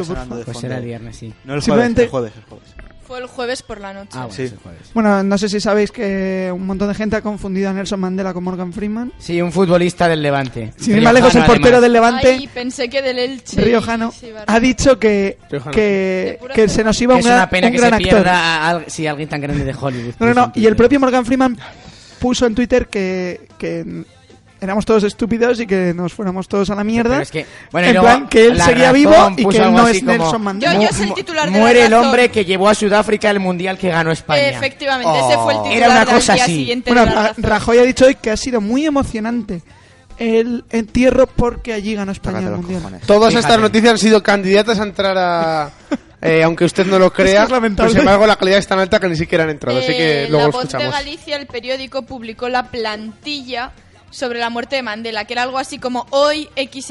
Speaker 7: iba
Speaker 4: por
Speaker 7: sonando de
Speaker 3: Pues
Speaker 7: fondo.
Speaker 3: era el viernes, sí.
Speaker 7: No, el jueves,
Speaker 4: Simplemente-
Speaker 7: el jueves, el jueves.
Speaker 5: Fue el jueves por la noche.
Speaker 3: Ah, bueno,
Speaker 7: Sí.
Speaker 3: es el jueves.
Speaker 4: Bueno, no sé si sabéis que un montón de gente ha confundido a Nelson Mandela con Morgan Freeman.
Speaker 3: Sí, un futbolista del Levante.
Speaker 4: Sin ir más lejos, el
Speaker 3: Riojano,
Speaker 4: portero
Speaker 3: además.
Speaker 4: del Levante,
Speaker 5: Ay, pensé que del Elche. y-
Speaker 4: Riojano,
Speaker 5: sí,
Speaker 4: ha
Speaker 5: Barça.
Speaker 4: dicho que,
Speaker 6: Riojano.
Speaker 4: que,
Speaker 5: De pura
Speaker 4: que se nos
Speaker 3: Que
Speaker 4: iba un,
Speaker 3: Es
Speaker 4: gran-
Speaker 3: una pena
Speaker 4: un
Speaker 3: que
Speaker 4: gran
Speaker 3: se
Speaker 4: actor.
Speaker 3: pierda a, al- sí, alguien tan grande de Hollywood.
Speaker 4: No, no, no. Y el
Speaker 3: Presentísimo.
Speaker 4: propio Morgan Freeman puso en Twitter que, que éramos todos estúpidos y que nos fuéramos todos a la mierda.
Speaker 3: Pero es que, bueno, y
Speaker 4: en
Speaker 3: luego
Speaker 4: plan, que él
Speaker 3: la
Speaker 4: seguía
Speaker 3: razón
Speaker 4: vivo y
Speaker 3: puso
Speaker 4: que él
Speaker 3: algo
Speaker 4: no
Speaker 3: así
Speaker 4: es
Speaker 3: como,
Speaker 4: Nelson Mandela.
Speaker 5: Yo-
Speaker 3: "Mu-
Speaker 5: yo soy el
Speaker 3: mu-
Speaker 5: titular de la
Speaker 3: Muere el
Speaker 5: razón".
Speaker 3: hombre que llevó a Sudáfrica al mundial que ganó España.
Speaker 5: Efectivamente, ese fue el
Speaker 7: Oh.
Speaker 5: titular
Speaker 3: Era una
Speaker 5: del
Speaker 3: cosa
Speaker 5: día
Speaker 3: así.
Speaker 5: siguiente de
Speaker 4: Bueno, ah,
Speaker 5: la
Speaker 4: Ra-
Speaker 5: razón.
Speaker 4: Rajoy ha dicho hoy que ha sido muy emocionante el entierro porque allí ganó España
Speaker 7: Tócate
Speaker 4: el
Speaker 7: los
Speaker 4: mundial.
Speaker 7: cojones.
Speaker 6: Todas
Speaker 3: Fíjate.
Speaker 6: estas noticias han sido candidatas a entrar a. eh, aunque usted no lo
Speaker 4: Es que
Speaker 6: crea,
Speaker 4: es lamentable.
Speaker 6: pero sin embargo la calidad es tan alta que ni siquiera han entrado, así que
Speaker 5: Eh,
Speaker 6: luego
Speaker 5: la
Speaker 6: lo
Speaker 5: voz de
Speaker 6: escuchamos.
Speaker 5: Galicia, el periódico, publicó la plantilla sobre la muerte de Mandela, que era algo así como hoy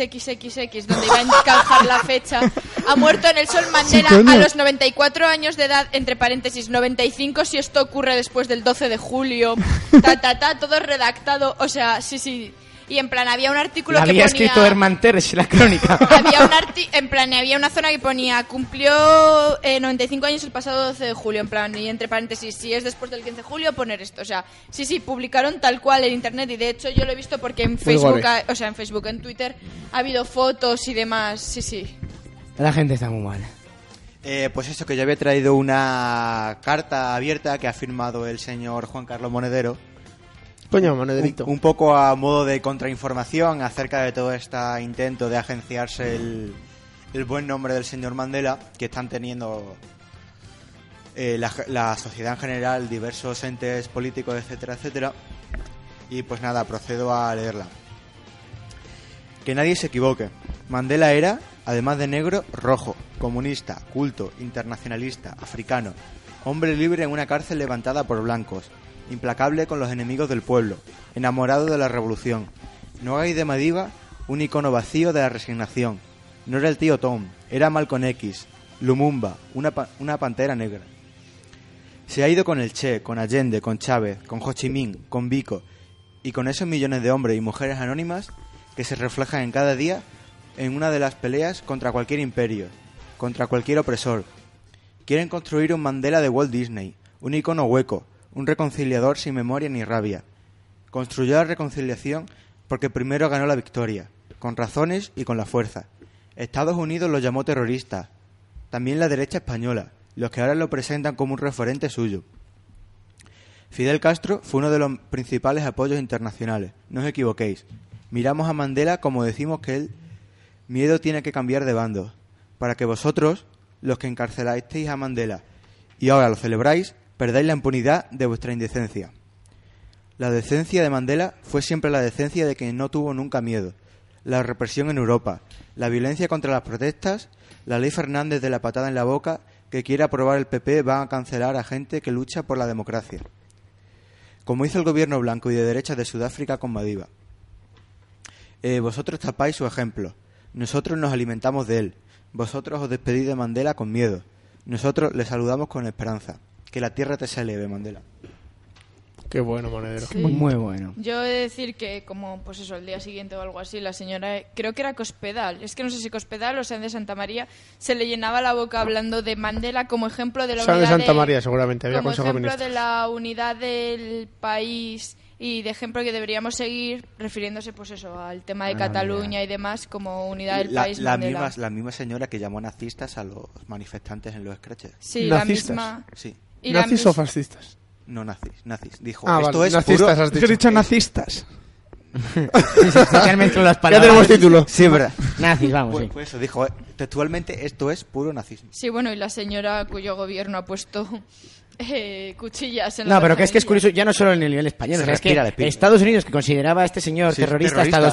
Speaker 5: XXXX, donde iba a encajar la fecha. Ha muerto Nelson Mandela
Speaker 4: Sí, coño.
Speaker 5: a los 94 años de edad, entre paréntesis, 95 si esto ocurre después del 12 de julio. Ta, ta, ta, todo redactado, o sea, sí, sí. Y en plan, había un artículo
Speaker 3: La
Speaker 5: que
Speaker 3: había
Speaker 5: ponía...
Speaker 3: escrito Herman Terres en la crónica.
Speaker 5: había un arti- en plan, había una zona que ponía cumplió eh, 95 años el pasado 12 de julio, en plan, y entre paréntesis, si es después del 15 de julio, poner esto. O sea, sí, sí, publicaron tal cual en internet y de hecho yo lo he visto porque en Facebook,
Speaker 6: guay.
Speaker 5: ha- o sea, en Facebook, en Twitter, ha habido fotos y demás, sí, sí.
Speaker 3: la gente está muy mal.
Speaker 7: Eh, pues eso, que yo había traído una carta abierta que ha firmado el señor Juan Carlos Monedero.
Speaker 6: Coño,
Speaker 7: Un,
Speaker 6: Monederito.
Speaker 7: un poco a modo de contrainformación acerca de todo este intento de agenciarse el, el buen nombre del señor Mandela que están teniendo eh, la, la sociedad en general, diversos entes políticos, etcétera, etcétera. Y pues nada, procedo a leerla. Que nadie se equivoque. Mandela era, además de negro, rojo, comunista, culto, internacionalista, africano, hombre libre en una cárcel levantada por blancos, implacable con los enemigos del pueblo, enamorado de la revolución. No hay de Madiba un icono vacío de la resignación. No era el tío Tom, era Malcolm X, Lumumba, una, pa- una pantera negra. Se ha ido con el Che, con Allende, con Chávez, con Ho Chi Minh, con Vico y con esos millones de hombres y mujeres anónimas que se reflejan en cada día en una de las peleas contra cualquier imperio, contra cualquier opresor. Quieren construir un Mandela de Walt Disney, un icono hueco, un reconciliador sin memoria ni rabia. Construyó la reconciliación porque primero ganó la victoria, con razones y con la fuerza. Estados Unidos lo llamó terrorista, también la derecha española, los que ahora lo presentan como un referente suyo. Fidel Castro fue uno de los principales apoyos internacionales, no os equivoquéis. Miramos a Mandela como decimos que el miedo tiene que cambiar de bando, para que vosotros, los que encarcelasteis a Mandela y ahora lo celebráis, perdáis la impunidad de vuestra indecencia. La decencia de Mandela fue siempre la decencia de quien no tuvo nunca miedo. La represión en Europa, la violencia contra las protestas, la ley Fernández de la patada en la boca que quiere aprobar el PP van a cancelar a gente que lucha por la democracia. Como hizo el gobierno blanco y de derecha de Sudáfrica con Madiba. Eh, vosotros tapáis su ejemplo. Nosotros nos alimentamos de él. Vosotros os despedís de Mandela con miedo. Nosotros le saludamos con esperanza. Que la tierra te sea leve, Mandela.
Speaker 6: Qué bueno, Monedero.
Speaker 3: Muy bueno.
Speaker 5: Yo he de decir que, como, pues eso, el día siguiente o algo así, la señora, eh, creo que era Cospedal, es que no sé si Cospedal o San de Santa María, se le llenaba la boca hablando de Mandela como ejemplo de la
Speaker 6: San de
Speaker 5: unidad
Speaker 6: Santa María, seguramente, había
Speaker 5: como
Speaker 6: consejo de
Speaker 5: ejemplo
Speaker 6: ministros.
Speaker 5: de la unidad del país y de ejemplo que deberíamos seguir, refiriéndose, pues eso, al tema de
Speaker 3: Ah,
Speaker 5: Cataluña
Speaker 3: mira.
Speaker 5: y demás como unidad del
Speaker 7: la,
Speaker 5: país.
Speaker 7: la
Speaker 5: Mandela.
Speaker 7: misma, la misma señora que llamó nazistas a los manifestantes en los scratches.
Speaker 5: Sí,
Speaker 6: Nazistas.
Speaker 5: la misma.
Speaker 7: Sí,
Speaker 5: y la
Speaker 6: ¿Nazis
Speaker 5: mis-
Speaker 6: o fascistas?
Speaker 7: no nazis, nazis. Dijo,
Speaker 6: Ah,
Speaker 7: esto
Speaker 6: vale,
Speaker 7: es
Speaker 6: nazistas
Speaker 7: puro...
Speaker 6: has
Speaker 4: Es que he
Speaker 6: dicho.
Speaker 4: dicho nazistas.
Speaker 3: las
Speaker 6: Ya
Speaker 3: palabras.
Speaker 6: tenemos título.
Speaker 7: Sí, verdad.
Speaker 3: Nazis, vamos,
Speaker 7: Pues,
Speaker 3: sí.
Speaker 7: pues eso, dijo, eh, textualmente, esto es puro nazismo.
Speaker 5: Sí, bueno, y la señora cuyo gobierno ha puesto eh, cuchillas en la
Speaker 3: No, Ah, pero que es que es
Speaker 5: alcantarilla.
Speaker 3: curioso, ya no solo en el nivel español,
Speaker 7: Se
Speaker 3: o sea, es que
Speaker 7: respira de pito.
Speaker 3: Estados Unidos, que consideraba a este señor
Speaker 7: Sí,
Speaker 3: terrorista, hasta
Speaker 7: terrorista.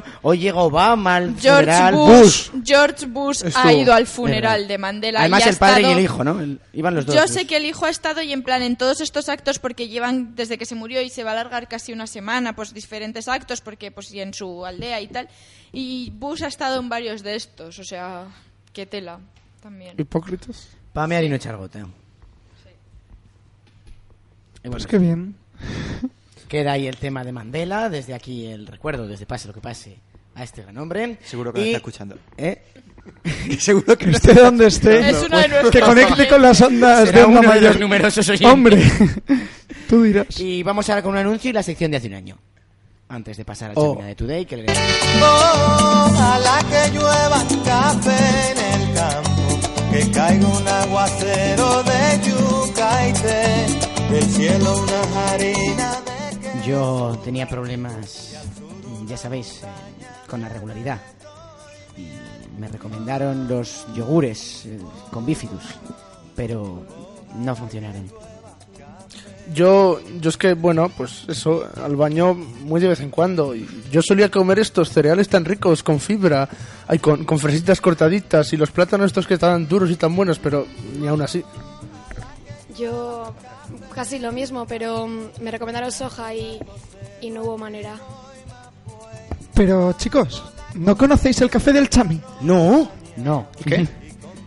Speaker 3: 2008, hoy llega Obama al
Speaker 5: George
Speaker 3: funeral.
Speaker 5: Bush, George Bush
Speaker 6: Estuvo.
Speaker 5: ha ido al
Speaker 3: verdad.
Speaker 5: funeral de Mandela. y
Speaker 3: Además,
Speaker 5: ha
Speaker 3: el padre
Speaker 5: estado-
Speaker 3: y el hijo, ¿no? El- Iban
Speaker 4: Pues
Speaker 3: los dos.
Speaker 5: Yo sé que el hijo ha estado y en plan en todos estos actos porque llevan desde que se murió y se va a alargar casi una semana, pues diferentes actos porque pues y en su aldea y tal. Y Bush ha estado en varios de estos, o sea, qué tela también.
Speaker 6: Hipócritas.
Speaker 3: Pame Arino Chargota. Y bueno,
Speaker 4: Pues qué bien.
Speaker 3: Queda ahí el tema de Mandela, desde aquí el recuerdo, desde pase lo que pase a este gran hombre.
Speaker 7: Seguro que
Speaker 3: Y-
Speaker 7: lo está escuchando.
Speaker 3: ¿Eh?
Speaker 7: Seguro que
Speaker 4: Que esté donde esté.
Speaker 5: Es uno de nuestros
Speaker 4: que conecte con las ondas
Speaker 3: Será
Speaker 4: de onda
Speaker 3: uno de los
Speaker 4: mayor.
Speaker 3: numerosos oyentes.
Speaker 4: Hombre, tú dirás.
Speaker 3: Y vamos ahora con un anuncio y la sección de hace un año. Antes de pasar a la
Speaker 6: Oh.
Speaker 3: Chamina de Today, que le
Speaker 1: Ojalá que llueva café en el campo, que caiga un aguacero de yuca y té, del cielo una harina de que...
Speaker 3: Yo tenía problemas, ya sabéis, eh, con la regularidad. Y me recomendaron los yogures eh, con bifidus, pero no funcionaron.
Speaker 6: Yo, yo es que, bueno, pues eso, al baño muy de vez en cuando. Y Yo solía comer estos cereales tan ricos, con fibra, ay, con, con fresitas cortaditas y los plátanos estos que estaban duros y tan buenos, pero ni aún así.
Speaker 11: Yo casi lo mismo, pero mm, me recomendaron soja y, y no hubo manera.
Speaker 4: Pero chicos, ¿no conocéis el café del chami?
Speaker 3: No, no.
Speaker 6: ¿Qué?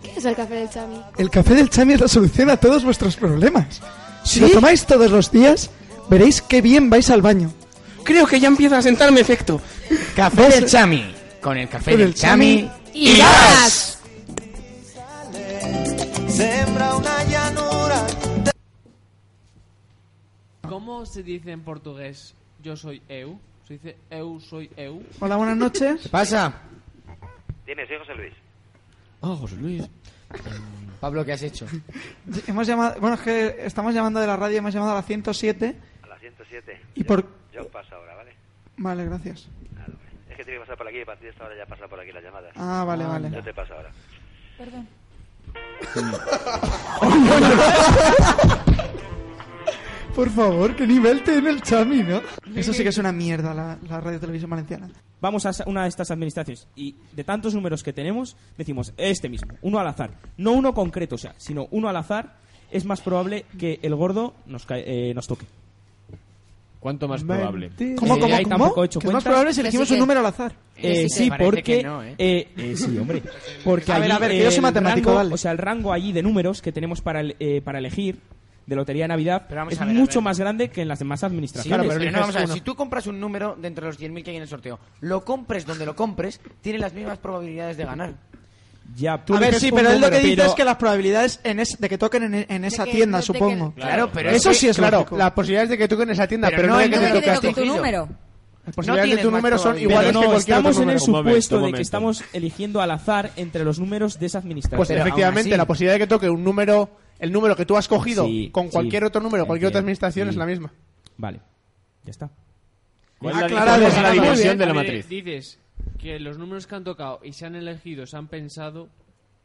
Speaker 11: ¿Qué es el café del chami?
Speaker 4: El café del chami es la solución a todos vuestros problemas. Si lo tomáis todos los días, veréis qué bien vais al baño.
Speaker 9: Creo que ya empieza a sentarme efecto.
Speaker 3: Café del chami. Con el café
Speaker 4: Con
Speaker 3: del
Speaker 4: el chami.
Speaker 3: chami.
Speaker 5: Y gas.
Speaker 1: Sembra una llanura
Speaker 8: ¿Cómo se dice en portugués yo soy eu? Se dice eu soy eu.
Speaker 4: Hola, buenas noches.
Speaker 3: ¿Qué pasa?
Speaker 12: Dime, soy José Luis.
Speaker 8: Ah, José Luis.
Speaker 3: Pablo, ¿qué has hecho?
Speaker 4: Hemos llamado, bueno, es que estamos llamando de la radio, hemos llamado a la 107
Speaker 12: A la 107.
Speaker 4: y por...
Speaker 12: Yo paso ahora, ¿vale?
Speaker 4: Vale, gracias.
Speaker 12: Nada, hombre. Es que tiene que pasar por aquí y a partir de esta hora ya pasa por aquí la llamada.
Speaker 4: Ah, vale,
Speaker 12: Yo
Speaker 4: vale.
Speaker 12: te paso ahora.
Speaker 4: Oh, Por favor, qué nivel tiene el chami, ¿no? Eso sí que es una mierda, la, la radio televisión valenciana.
Speaker 10: Vamos a sa- una de estas administraciones y de tantos números que tenemos, decimos este mismo, uno al azar. No uno concreto, o sea, sino uno al azar, es más probable que el gordo nos, ca- eh, nos toque.
Speaker 9: ¿Cuánto más probable?
Speaker 4: ¿Cómo,
Speaker 10: Eh,
Speaker 4: cómo,
Speaker 10: ahí
Speaker 4: cómo?
Speaker 10: tampoco he hecho
Speaker 4: Que es más
Speaker 10: cuentas.
Speaker 4: probable si elegimos
Speaker 5: sí
Speaker 4: un
Speaker 5: que-
Speaker 4: número al azar.
Speaker 3: Sí,
Speaker 10: Eh, sí,
Speaker 3: parece
Speaker 10: porque.
Speaker 3: que no, ¿eh?
Speaker 10: eh, eh, sí, hombre. Porque
Speaker 4: A ver,
Speaker 10: allí,
Speaker 4: a ver, que yo soy
Speaker 10: el
Speaker 4: matemático,
Speaker 10: rango-
Speaker 4: dale.
Speaker 10: O sea, el rango allí de números que tenemos para, el- eh, para elegir de Lotería de Navidad
Speaker 3: Pero vamos
Speaker 10: es
Speaker 3: a ver, a
Speaker 10: mucho
Speaker 3: ver.
Speaker 10: más grande que en las demás
Speaker 3: Sí,
Speaker 10: administraciones.
Speaker 3: pero eh, no, vamos a ver, si tú compras un número de entre los 10.000 que hay en el sorteo, lo compres donde lo compres, tiene las mismas probabilidades de ganar.
Speaker 10: Ya, tú
Speaker 4: A ver,
Speaker 10: eliges
Speaker 4: sí,
Speaker 10: un
Speaker 4: pero él lo que
Speaker 10: número,
Speaker 4: dice
Speaker 10: pero-
Speaker 4: es que las probabilidades en es- de que toquen en, en esa
Speaker 5: que-
Speaker 4: tienda,
Speaker 5: de que-
Speaker 4: supongo.
Speaker 3: Claro, pero
Speaker 4: Eso sí es
Speaker 6: claro,
Speaker 4: lógico.
Speaker 6: las posibilidades de que toquen esa tienda,
Speaker 3: Pero
Speaker 6: pero,
Speaker 3: no
Speaker 6: no de
Speaker 3: el
Speaker 6: que te
Speaker 3: número
Speaker 6: toque
Speaker 3: que
Speaker 6: a
Speaker 3: te
Speaker 6: ti.
Speaker 3: toque.
Speaker 6: Las posibilidades
Speaker 3: No
Speaker 6: de
Speaker 3: tiene
Speaker 6: tu número
Speaker 3: más
Speaker 6: son
Speaker 3: probabilidades.
Speaker 6: iguales
Speaker 10: Pero
Speaker 6: que
Speaker 10: no,
Speaker 6: cualquier otro
Speaker 10: estamos en el
Speaker 6: número.
Speaker 9: momento,
Speaker 10: supuesto
Speaker 9: un
Speaker 10: de que
Speaker 9: momento.
Speaker 10: estamos eligiendo al azar entre los números de esa administración.
Speaker 6: Pues
Speaker 3: Pero aún
Speaker 6: efectivamente,
Speaker 3: así-
Speaker 6: la posibilidad de que toque un número, el número que tú has cogido
Speaker 10: Sí,
Speaker 6: con
Speaker 10: sí.
Speaker 6: cualquier otro número, cualquier otra
Speaker 10: Entiendo.
Speaker 6: administración
Speaker 10: Sí.
Speaker 6: es la misma.
Speaker 10: Vale, ya está. Ah,
Speaker 9: ¿Cuál es la-
Speaker 4: Aclarado,
Speaker 9: cuál es la
Speaker 4: aclarado.
Speaker 9: dimensión de
Speaker 8: A
Speaker 9: la
Speaker 8: ver,
Speaker 9: matriz?
Speaker 8: Dices que los números que han tocado y se han elegido, se han pensado,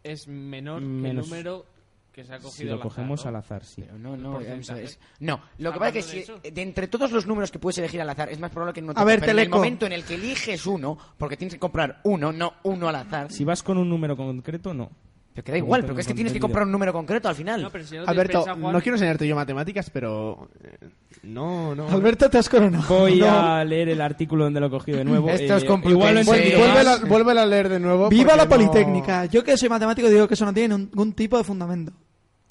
Speaker 8: es menor
Speaker 10: Menos-
Speaker 8: que el número que se ha cogido
Speaker 10: Si lo
Speaker 8: al azar,
Speaker 10: cogemos
Speaker 8: ¿no?
Speaker 10: al azar, sí.
Speaker 3: Pero no, no,
Speaker 8: porcentaje.
Speaker 3: vamos a ver, es- no. Lo que pasa es que
Speaker 8: Hablando de
Speaker 3: si, de entre todos los números que puedes elegir al azar es más probable que no te
Speaker 4: A ver,
Speaker 3: pero en el
Speaker 4: Teleco.
Speaker 3: momento en el que eliges uno, porque tienes que comprar uno, no uno al azar.
Speaker 10: Si vas con un número concreto, no.
Speaker 3: Pero que da igual,
Speaker 10: No
Speaker 3: pero que es que
Speaker 10: tengo
Speaker 3: tienes que
Speaker 10: entendido.
Speaker 3: comprar un número concreto al final.
Speaker 8: No, pero si ya lo tienes
Speaker 6: Alberto,
Speaker 8: pensado, Juan,
Speaker 6: no quiero enseñarte yo matemáticas, pero... eh, No, no.
Speaker 4: Alberto, te has coronado.
Speaker 10: Voy
Speaker 4: No.
Speaker 10: a leer el artículo donde lo he cogido de nuevo. Eh,
Speaker 3: Esto es complutense.
Speaker 10: igual lo he
Speaker 6: Vuel-
Speaker 10: entendido
Speaker 3: Sí.
Speaker 10: mal.
Speaker 6: vuélvela- vuélvela a leer de nuevo.
Speaker 4: Viva
Speaker 6: porque
Speaker 4: la
Speaker 6: no-
Speaker 4: Politécnica. Yo que soy matemático digo que eso no tiene ningún tipo de fundamento.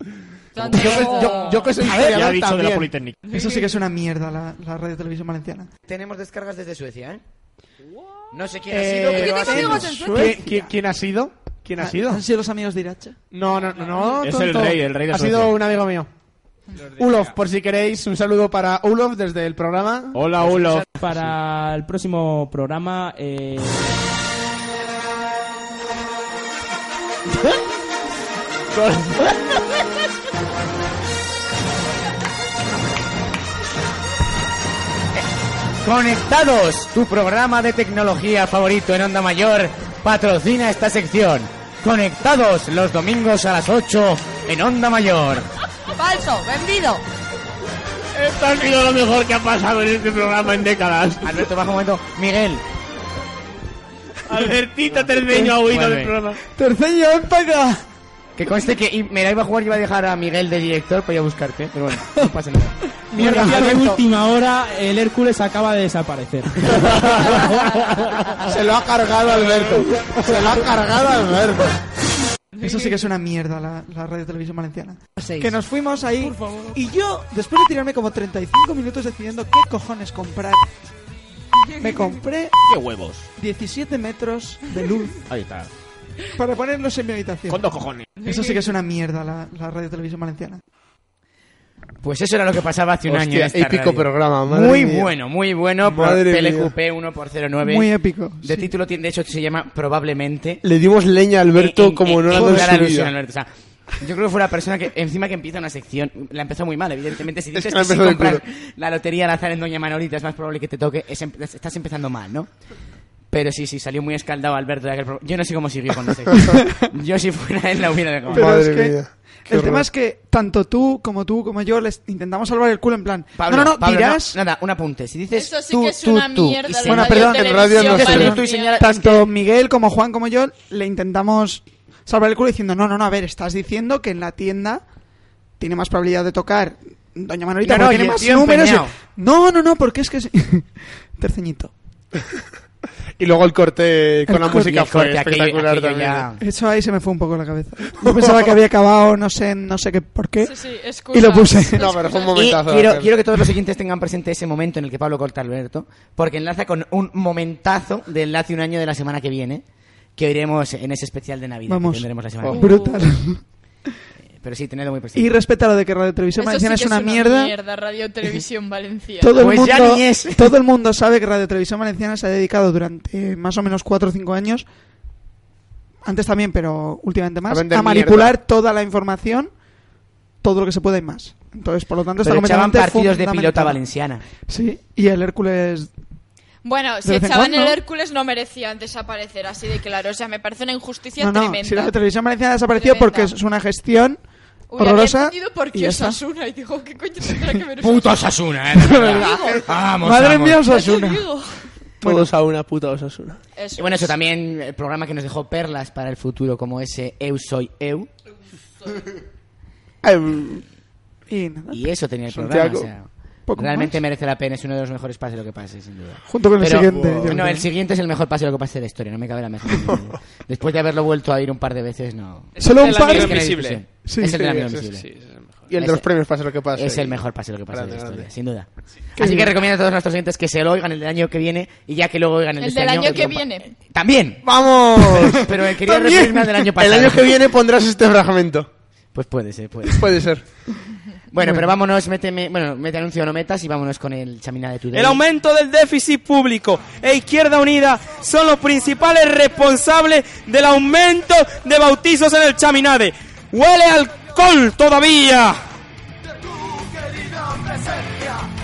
Speaker 5: Entonces,
Speaker 6: Yo, que- yo- yo que soy
Speaker 9: Ya ha
Speaker 6: historiador
Speaker 9: dicho de la
Speaker 6: también.
Speaker 9: Politécnica.
Speaker 4: Eso sí que es una mierda la, la radio televisión valenciana.
Speaker 3: Tenemos descargas desde Suecia, ¿eh? No sé quién ha
Speaker 6: Eh,
Speaker 3: sido, pero
Speaker 5: tengo
Speaker 3: ha sido-
Speaker 5: amigos en Suecia.
Speaker 6: ¿Quién- quién, quién ha sido? ¿Quién ha sido?
Speaker 4: Ah, ¿Han sido los amigos de Irache?
Speaker 6: No, no, no, no.
Speaker 9: Es
Speaker 6: tonto.
Speaker 9: el rey, el rey de
Speaker 6: Ha
Speaker 9: Suecia.
Speaker 6: sido un amigo mío. Ulof, por si queréis, un saludo para Ulof desde el programa.
Speaker 9: Hola, Ulo.
Speaker 10: Para el próximo programa... eh,
Speaker 3: Conectados, tu programa de tecnología favorito en Onda Mayor patrocina esta sección. Conectados los domingos a las 8 en Onda Mayor.
Speaker 13: Falso, vendido.
Speaker 14: Esto ha sido lo mejor que ha pasado en este programa en décadas. Alberto, baja un momento. Miguel. Albertito Terceño ha huido del programa.
Speaker 3: Terceño, ven para Que conste que y- me la iba a jugar y iba a dejar a Miguel de director para ir a buscarte, pero bueno, no pasa nada.
Speaker 10: Mierda, de
Speaker 3: Alberto.
Speaker 10: última hora, el Hércules acaba de desaparecer.
Speaker 4: Se lo ha cargado Alberto. Se lo ha cargado Alberto. Eso sí que es una mierda la, la radio televisión valenciana. Que nos fuimos ahí. Y yo, después de tirarme como 35 minutos decidiendo qué cojones comprar, me compré
Speaker 9: ¡Qué huevos!
Speaker 4: 17 metros de luz
Speaker 9: Ahí está.
Speaker 4: para ponerlos en mi habitación.
Speaker 9: Con dos cojones.
Speaker 4: Eso sí que es una mierda la, la radio televisión valenciana.
Speaker 3: Pues eso era lo que pasaba hace un
Speaker 6: Hostia,
Speaker 3: año. en esta
Speaker 6: épico
Speaker 3: radio.
Speaker 6: programa, madre
Speaker 3: Muy
Speaker 6: mía.
Speaker 3: bueno, muy bueno. Por
Speaker 6: Madre
Speaker 3: TLQP
Speaker 6: mía.
Speaker 3: 1x09.
Speaker 6: Muy épico,
Speaker 3: De título tiene, de hecho, se llama Probablemente.
Speaker 6: Le dimos leña a Alberto
Speaker 3: En-
Speaker 6: como
Speaker 3: en- en
Speaker 6: no lo ha dado
Speaker 3: toda la
Speaker 6: en su
Speaker 3: alusión,
Speaker 6: vida.
Speaker 3: Alberto, o sea, yo creo que fue la persona que, encima que empieza una sección, la empezó muy mal, evidentemente. Si
Speaker 6: Es
Speaker 3: dices
Speaker 6: que la
Speaker 3: que sí
Speaker 6: empezó de
Speaker 3: compras la lotería al azar en Doña Manolita, es más probable que te toque, es em- estás empezando mal, ¿no? Pero sí, sí, salió muy escaldado Alberto de aquel pro- Yo no sé cómo siguió con la sección. Yo si fuera él la hubiera dejado.
Speaker 4: Pero es que el tema es que tanto tú como tú como yo les intentamos salvar el culo en plan.
Speaker 3: Pablo,
Speaker 4: no, no, no,
Speaker 3: Pablo,
Speaker 4: dirás.
Speaker 3: nada, un apunte. Si dices
Speaker 4: Eso sí
Speaker 3: tú,
Speaker 4: que es
Speaker 3: tú,
Speaker 4: una
Speaker 3: tú,
Speaker 4: mierda
Speaker 3: y
Speaker 4: de
Speaker 3: se-
Speaker 4: Bueno, perdón, en radio no
Speaker 3: Dices tú,
Speaker 4: sé.
Speaker 3: tú y señala-
Speaker 4: Tanto Miguel como Juan como yo le intentamos salvar el culo diciendo, no, no, no, a ver, estás diciendo que en la tienda tiene más probabilidad de tocar Doña Manolita,
Speaker 3: No, no, y
Speaker 4: porque
Speaker 3: el
Speaker 4: tiene más
Speaker 3: tío
Speaker 4: números. y-
Speaker 3: empeñado.
Speaker 4: No, no, no, porque es que... sí. Terceñito.
Speaker 6: Y luego el corte con
Speaker 4: El
Speaker 6: la
Speaker 4: corte-
Speaker 6: música
Speaker 4: el
Speaker 6: fue
Speaker 4: corte, aquello-
Speaker 6: espectacular
Speaker 4: aquello
Speaker 6: también.
Speaker 4: ya- Eso ahí se me fue un poco la cabeza. Yo pensaba que había acabado, no sé, no sé qué, por qué. y lo puse.
Speaker 3: Y quiero, quiero que todos los siguientes tengan presente ese momento en el que Pablo corta a Alberto, porque enlaza con un momentazo del hace un año de la semana que viene, que oiremos en ese especial de Navidad
Speaker 4: Vamos.
Speaker 3: que tendremos la semana
Speaker 4: Oh.
Speaker 3: que viene. Eh,
Speaker 4: Brutal.
Speaker 3: Pero sí, tenedlo muy presente.
Speaker 4: Y respeta lo de que Radio Televisión
Speaker 5: Eso sí
Speaker 4: Valenciana
Speaker 5: que
Speaker 4: es una mierda.
Speaker 5: mierda, Radio Televisión Valencia.
Speaker 4: Todo el,
Speaker 5: Pues
Speaker 4: mundo,
Speaker 5: ya ni es.
Speaker 4: todo el mundo sabe que Radio Televisión Valenciana se ha dedicado durante eh, más o menos 4 o 5 años, antes también, pero últimamente más,
Speaker 6: A
Speaker 4: a,
Speaker 6: vender
Speaker 4: manipular toda la información, todo lo que se pueda y más. Entonces, por lo tanto, está
Speaker 3: Pero echaban
Speaker 4: completamente
Speaker 3: partidos de
Speaker 4: fundamental.
Speaker 3: pilota valenciana.
Speaker 4: Sí, y el Hércules.
Speaker 5: Bueno, si
Speaker 4: De vez en
Speaker 5: echaban el
Speaker 4: cuando.
Speaker 5: Hércules no merecían desaparecer así de claro. O sea, me parece una injusticia
Speaker 4: No, no,
Speaker 5: tremenda.
Speaker 4: si Radio Televisión Valenciana desaparecido porque es una gestión
Speaker 5: Uy, había
Speaker 4: horrorosa.
Speaker 5: entendido
Speaker 4: y
Speaker 5: porque
Speaker 4: ya
Speaker 5: es
Speaker 4: está.
Speaker 5: Asuna y digo, ¿qué coño tendrá que ver
Speaker 3: Puto Osasuna, eh, de verdad.
Speaker 5: Digo,
Speaker 3: Vamos,
Speaker 6: Madre
Speaker 3: vamos.
Speaker 6: mía,
Speaker 5: Osasuna. Ya te digo.
Speaker 6: Todos a una puta Osasuna.
Speaker 5: Eso
Speaker 3: y bueno, eso
Speaker 5: es.
Speaker 3: también, el programa que nos dejó perlas para el futuro, como ese Eu soy Eu.
Speaker 4: Y, nada.
Speaker 3: Y eso tenía el programa.
Speaker 4: Santiago,
Speaker 3: o sea,
Speaker 4: poco
Speaker 3: realmente merece la pena, es uno de los mejores pase lo que pase, sin duda.
Speaker 4: Junto con el
Speaker 3: Pero-
Speaker 4: siguiente, yo
Speaker 3: No,
Speaker 4: creo.
Speaker 3: el siguiente es el mejor pase lo que pase de la historia, no me cabe la mejor. Después de haberlo vuelto a ir un par de veces, no.
Speaker 6: Solo un
Speaker 3: Es
Speaker 6: par.
Speaker 3: que no hay
Speaker 6: Invisible.
Speaker 3: discusión.
Speaker 6: Sí,
Speaker 3: es el de la
Speaker 6: sí,
Speaker 3: Mira
Speaker 6: sí,
Speaker 3: Invisible.
Speaker 6: sí, sí, es el mejor. Y el de los
Speaker 3: Ese-
Speaker 6: premios Pase lo que pase.
Speaker 3: Es el mejor pase lo que pase de la
Speaker 6: Grande,
Speaker 3: historia,
Speaker 6: grande.
Speaker 3: sin duda.
Speaker 6: Qué
Speaker 3: Así que
Speaker 6: bien.
Speaker 3: recomiendo a todos nuestros oyentes que se lo oigan el del año que viene y ya que luego oigan el, de
Speaker 5: El
Speaker 3: este
Speaker 5: del año que
Speaker 3: compa-
Speaker 5: viene.
Speaker 3: También.
Speaker 6: ¡Vamos!
Speaker 3: Pero el quería
Speaker 6: También.
Speaker 3: referirme al del año pasado.
Speaker 6: El año que viene pondrás este fragmento.
Speaker 3: Pues puede ser, puede
Speaker 6: ser. Puede ser.
Speaker 3: Bueno, pero
Speaker 6: Bueno.
Speaker 3: vámonos, méteme, bueno, mete anuncio o no metas y vámonos con el chamina de tu
Speaker 9: El aumento del déficit público e Izquierda Unida son los principales responsables del aumento de bautizos en el Chaminade. ¡Huele a alcohol todavía!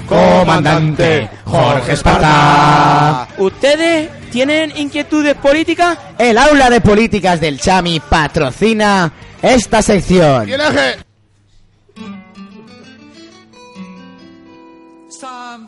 Speaker 3: Comandante Jorge Esparta.
Speaker 9: ¿Ustedes tienen inquietudes políticas?
Speaker 3: El aula de políticas del Chami patrocina esta sección.
Speaker 15: Some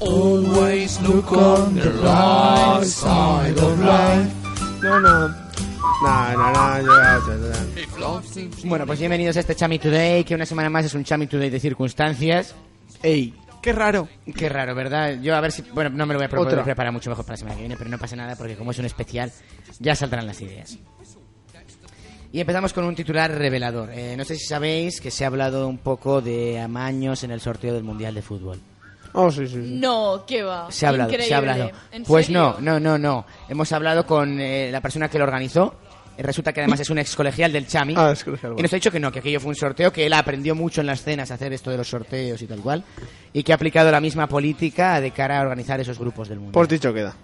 Speaker 15: Always look on the right side of life.
Speaker 6: No, no. Na, na, na, ya, ya, ya, ya.
Speaker 3: Bueno, pues bienvenidos a este Chami Today, que una semana más es un Chami Today de circunstancias.
Speaker 6: ¡Ey!
Speaker 4: ¡Qué raro!
Speaker 3: Qué raro, ¿verdad? Yo a ver si... Bueno, no me lo voy a pre-
Speaker 6: Otra.
Speaker 3: preparar mucho mejor para la semana que viene, pero no pasa nada porque como es un especial, ya saldrán las ideas. Y empezamos con un titular revelador. Eh, no sé si sabéis que se ha hablado un poco de amaños en el sorteo del Mundial de Fútbol.
Speaker 6: Oh, sí, sí.
Speaker 5: No, qué va.
Speaker 3: Se ha hablado, se
Speaker 5: Increíble.
Speaker 3: ha hablado.
Speaker 5: ¿En
Speaker 3: Pues
Speaker 5: serio?
Speaker 3: no, no, no, no. Hemos hablado con eh, la persona que lo organizó Resulta que además es un excolegial del Chami.
Speaker 6: Ah,
Speaker 3: Y
Speaker 6: excolegial, bueno.
Speaker 3: nos ha dicho que no, que aquello fue un sorteo, que él aprendió mucho en las cenas a hacer esto de los sorteos y tal cual. Y que ha aplicado la misma política de cara a organizar esos grupos del mundo.
Speaker 6: Por dicho queda.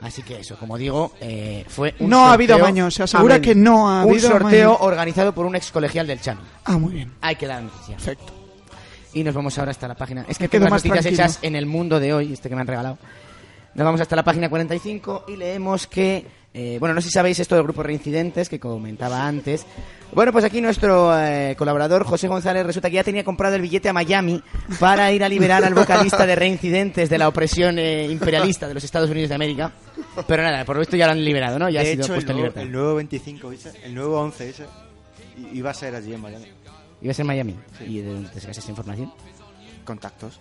Speaker 3: Así que eso, como digo, eh, fue un
Speaker 4: No ha
Speaker 3: sorteo-
Speaker 4: habido amaño, se asegura que no ha habido
Speaker 3: Un sorteo
Speaker 4: amaño.
Speaker 3: organizado por un excolegial del Chami.
Speaker 4: Ah, muy bien.
Speaker 3: Hay que dar noticia. Perfecto. Y nos vamos ahora hasta la página. Es que
Speaker 4: Me
Speaker 3: tengo
Speaker 4: quedo
Speaker 3: las
Speaker 4: más
Speaker 3: noticias
Speaker 4: tranquilo.
Speaker 3: hechas en el mundo de hoy, este que me han regalado. Nos vamos hasta la página 45 y leemos que. eh, bueno, no sé si sabéis esto del grupo Reincidentes que comentaba antes. Bueno, pues aquí nuestro eh, colaborador José González resulta que ya tenía comprado el billete a Miami para ir a liberar al vocalista de Reincidentes de la opresión eh, imperialista de los Estados Unidos de América. Pero nada, por lo visto ya lo han liberado, ¿no? Ya
Speaker 7: de
Speaker 3: ha sido
Speaker 7: hecho, el
Speaker 3: puesto en
Speaker 7: nuevo,
Speaker 3: libertad.
Speaker 7: el nuevo 25, ese, el nuevo 11, ese, i- iba a ser allí en Miami.
Speaker 3: Iba a ser Miami. ¿Y de dónde te sacas esa información?
Speaker 7: Contactos.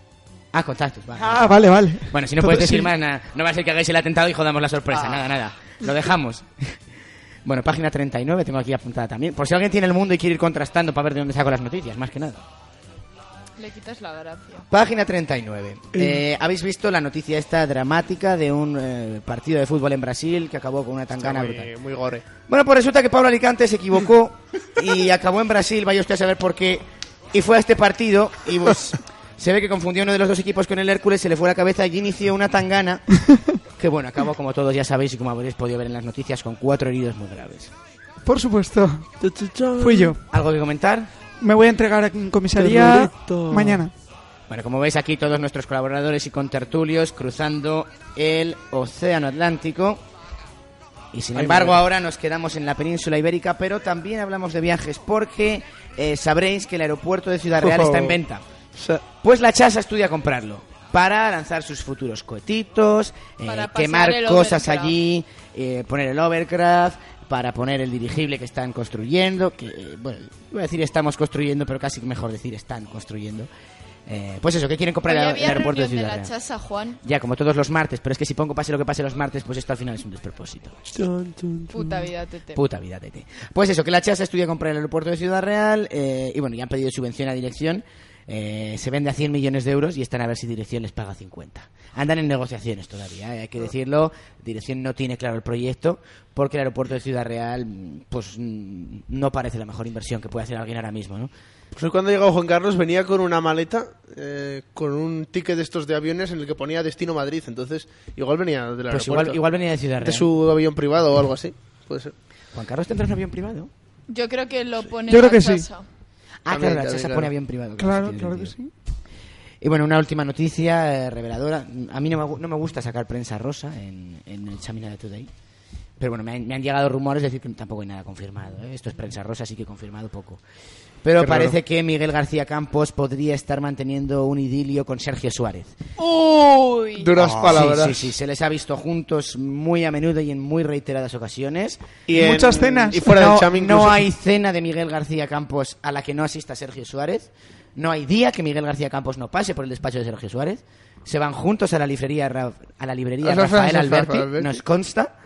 Speaker 3: Ah, contactos, vale.
Speaker 4: Ah, vale, vale.
Speaker 3: Bueno, si no puedes
Speaker 4: Entonces,
Speaker 3: decir
Speaker 4: sí.
Speaker 3: más, nada. no va a ser que hagáis el atentado y jodamos la sorpresa.
Speaker 9: Ah.
Speaker 3: Nada, nada. Lo dejamos. bueno, página 39 tengo aquí apuntada también. Por si alguien tiene el mundo y quiere ir contrastando para ver de dónde saco las noticias, más que nada.
Speaker 5: Le quitas la gracia.
Speaker 3: Página 39. Eh, Habéis visto la noticia esta dramática de un eh, partido de fútbol en Brasil que acabó con una tangana
Speaker 6: muy-
Speaker 3: brutal.
Speaker 6: muy gore.
Speaker 3: Bueno, pues resulta que Pablo Alicante se equivocó y acabó en Brasil, vaya usted a saber por qué. Y fue a este partido y pues, se ve que confundió uno de los dos equipos con el Hércules, se le fue la cabeza y inició una tangana que bueno, acabó como todos ya sabéis y como habréis podido ver en las noticias con cuatro heridos muy graves.
Speaker 4: Por supuesto. Fui yo.
Speaker 3: ¿Algo que comentar?
Speaker 4: Me voy a entregar en comisaría
Speaker 3: Terrorito.
Speaker 4: mañana.
Speaker 3: Bueno, como veis aquí todos nuestros colaboradores y contertulios cruzando el Océano Atlántico. Y sin
Speaker 6: Ay,
Speaker 3: embargo
Speaker 6: madre.
Speaker 3: ahora nos quedamos en la península ibérica, pero también hablamos de viajes porque eh, sabréis que el aeropuerto de Ciudad Real
Speaker 10: Oh.
Speaker 3: está en venta. Pues la chasa estudia comprarlo para lanzar sus futuros cohetitos, eh,
Speaker 5: Para pasar
Speaker 3: quemar
Speaker 5: el
Speaker 3: cosas
Speaker 5: overcraft.
Speaker 3: allí, eh, poner el overcraft, para poner el dirigible que están construyendo, que, eh, bueno, iba a decir estamos construyendo, pero casi mejor decir están construyendo. Eh, pues eso, que quieren comprar
Speaker 5: Hoy
Speaker 3: el,
Speaker 5: había
Speaker 3: aeropuerto de
Speaker 5: reunión
Speaker 3: Ciudad
Speaker 5: la
Speaker 3: Real.
Speaker 5: chasa, Juan.
Speaker 3: Ya, como todos los martes, pero es que si pongo pase lo que pase los martes, pues esto al final es un despropósito.
Speaker 5: Puta vida, tete.
Speaker 3: Puta vida, tete. Pues eso, que la chasa estudia comprar el aeropuerto de Ciudad Real eh, y bueno, ya han pedido subvención a dirección. eh, se vende a 100 millones de euros y están a ver si dirección les paga 50. Andan en negociaciones todavía, eh, hay que decirlo. Dirección no tiene claro el proyecto porque el aeropuerto de Ciudad Real mm, pues mm, no parece la mejor inversión que puede hacer alguien ahora mismo, ¿no?
Speaker 6: Pues hoy cuando llegó Juan Carlos venía con una maleta, eh, con un ticket de estos de aviones en el que ponía destino Madrid. Entonces, igual venía del
Speaker 3: Pues
Speaker 6: aeropuerto.
Speaker 3: igual- igual venía de Ciudad
Speaker 6: De
Speaker 3: Real.
Speaker 6: su avión privado o algo así. Puede ser.
Speaker 3: Juan Carlos tendrá un avión privado.
Speaker 5: Yo creo que lo pone
Speaker 6: Yo
Speaker 5: la
Speaker 6: creo que sí.
Speaker 5: chasa.
Speaker 3: Ah,
Speaker 6: También,
Speaker 3: claro, la
Speaker 6: también,
Speaker 3: chasa
Speaker 6: claro.
Speaker 3: pone avión privado.
Speaker 4: Claro,
Speaker 3: sí, tiene
Speaker 4: claro que
Speaker 3: sentido. Y bueno, una última noticia eh, reveladora. A mí no me, gu- no me gusta sacar prensa rosa en, en el Chamina de Today. Pero bueno, me han, me han llegado rumores de decir que tampoco hay nada confirmado. ¿eh? Esto es prensa rosa, así que confirmado poco. Pero
Speaker 6: Qué raro.
Speaker 3: parece que Miguel García Campos podría estar manteniendo un idilio con Sergio Suárez.
Speaker 5: Uy.
Speaker 6: Duras
Speaker 3: Ah,
Speaker 6: palabras.
Speaker 3: Sí, sí, sí, se les ha visto juntos muy a menudo y en muy reiteradas ocasiones.
Speaker 6: Y en- Muchas cenas. y fuera
Speaker 3: no,
Speaker 6: del Chami incluso.
Speaker 3: no hay cena de Miguel García Campos a la que no asista Sergio Suárez. No hay día que Miguel García Campos no pase por el despacho de Sergio Suárez. Se van juntos a la librería, Ra- a la librería
Speaker 6: A la
Speaker 3: Rafael
Speaker 6: Rafael
Speaker 3: Alberti,
Speaker 6: Alberti.
Speaker 3: nos consta.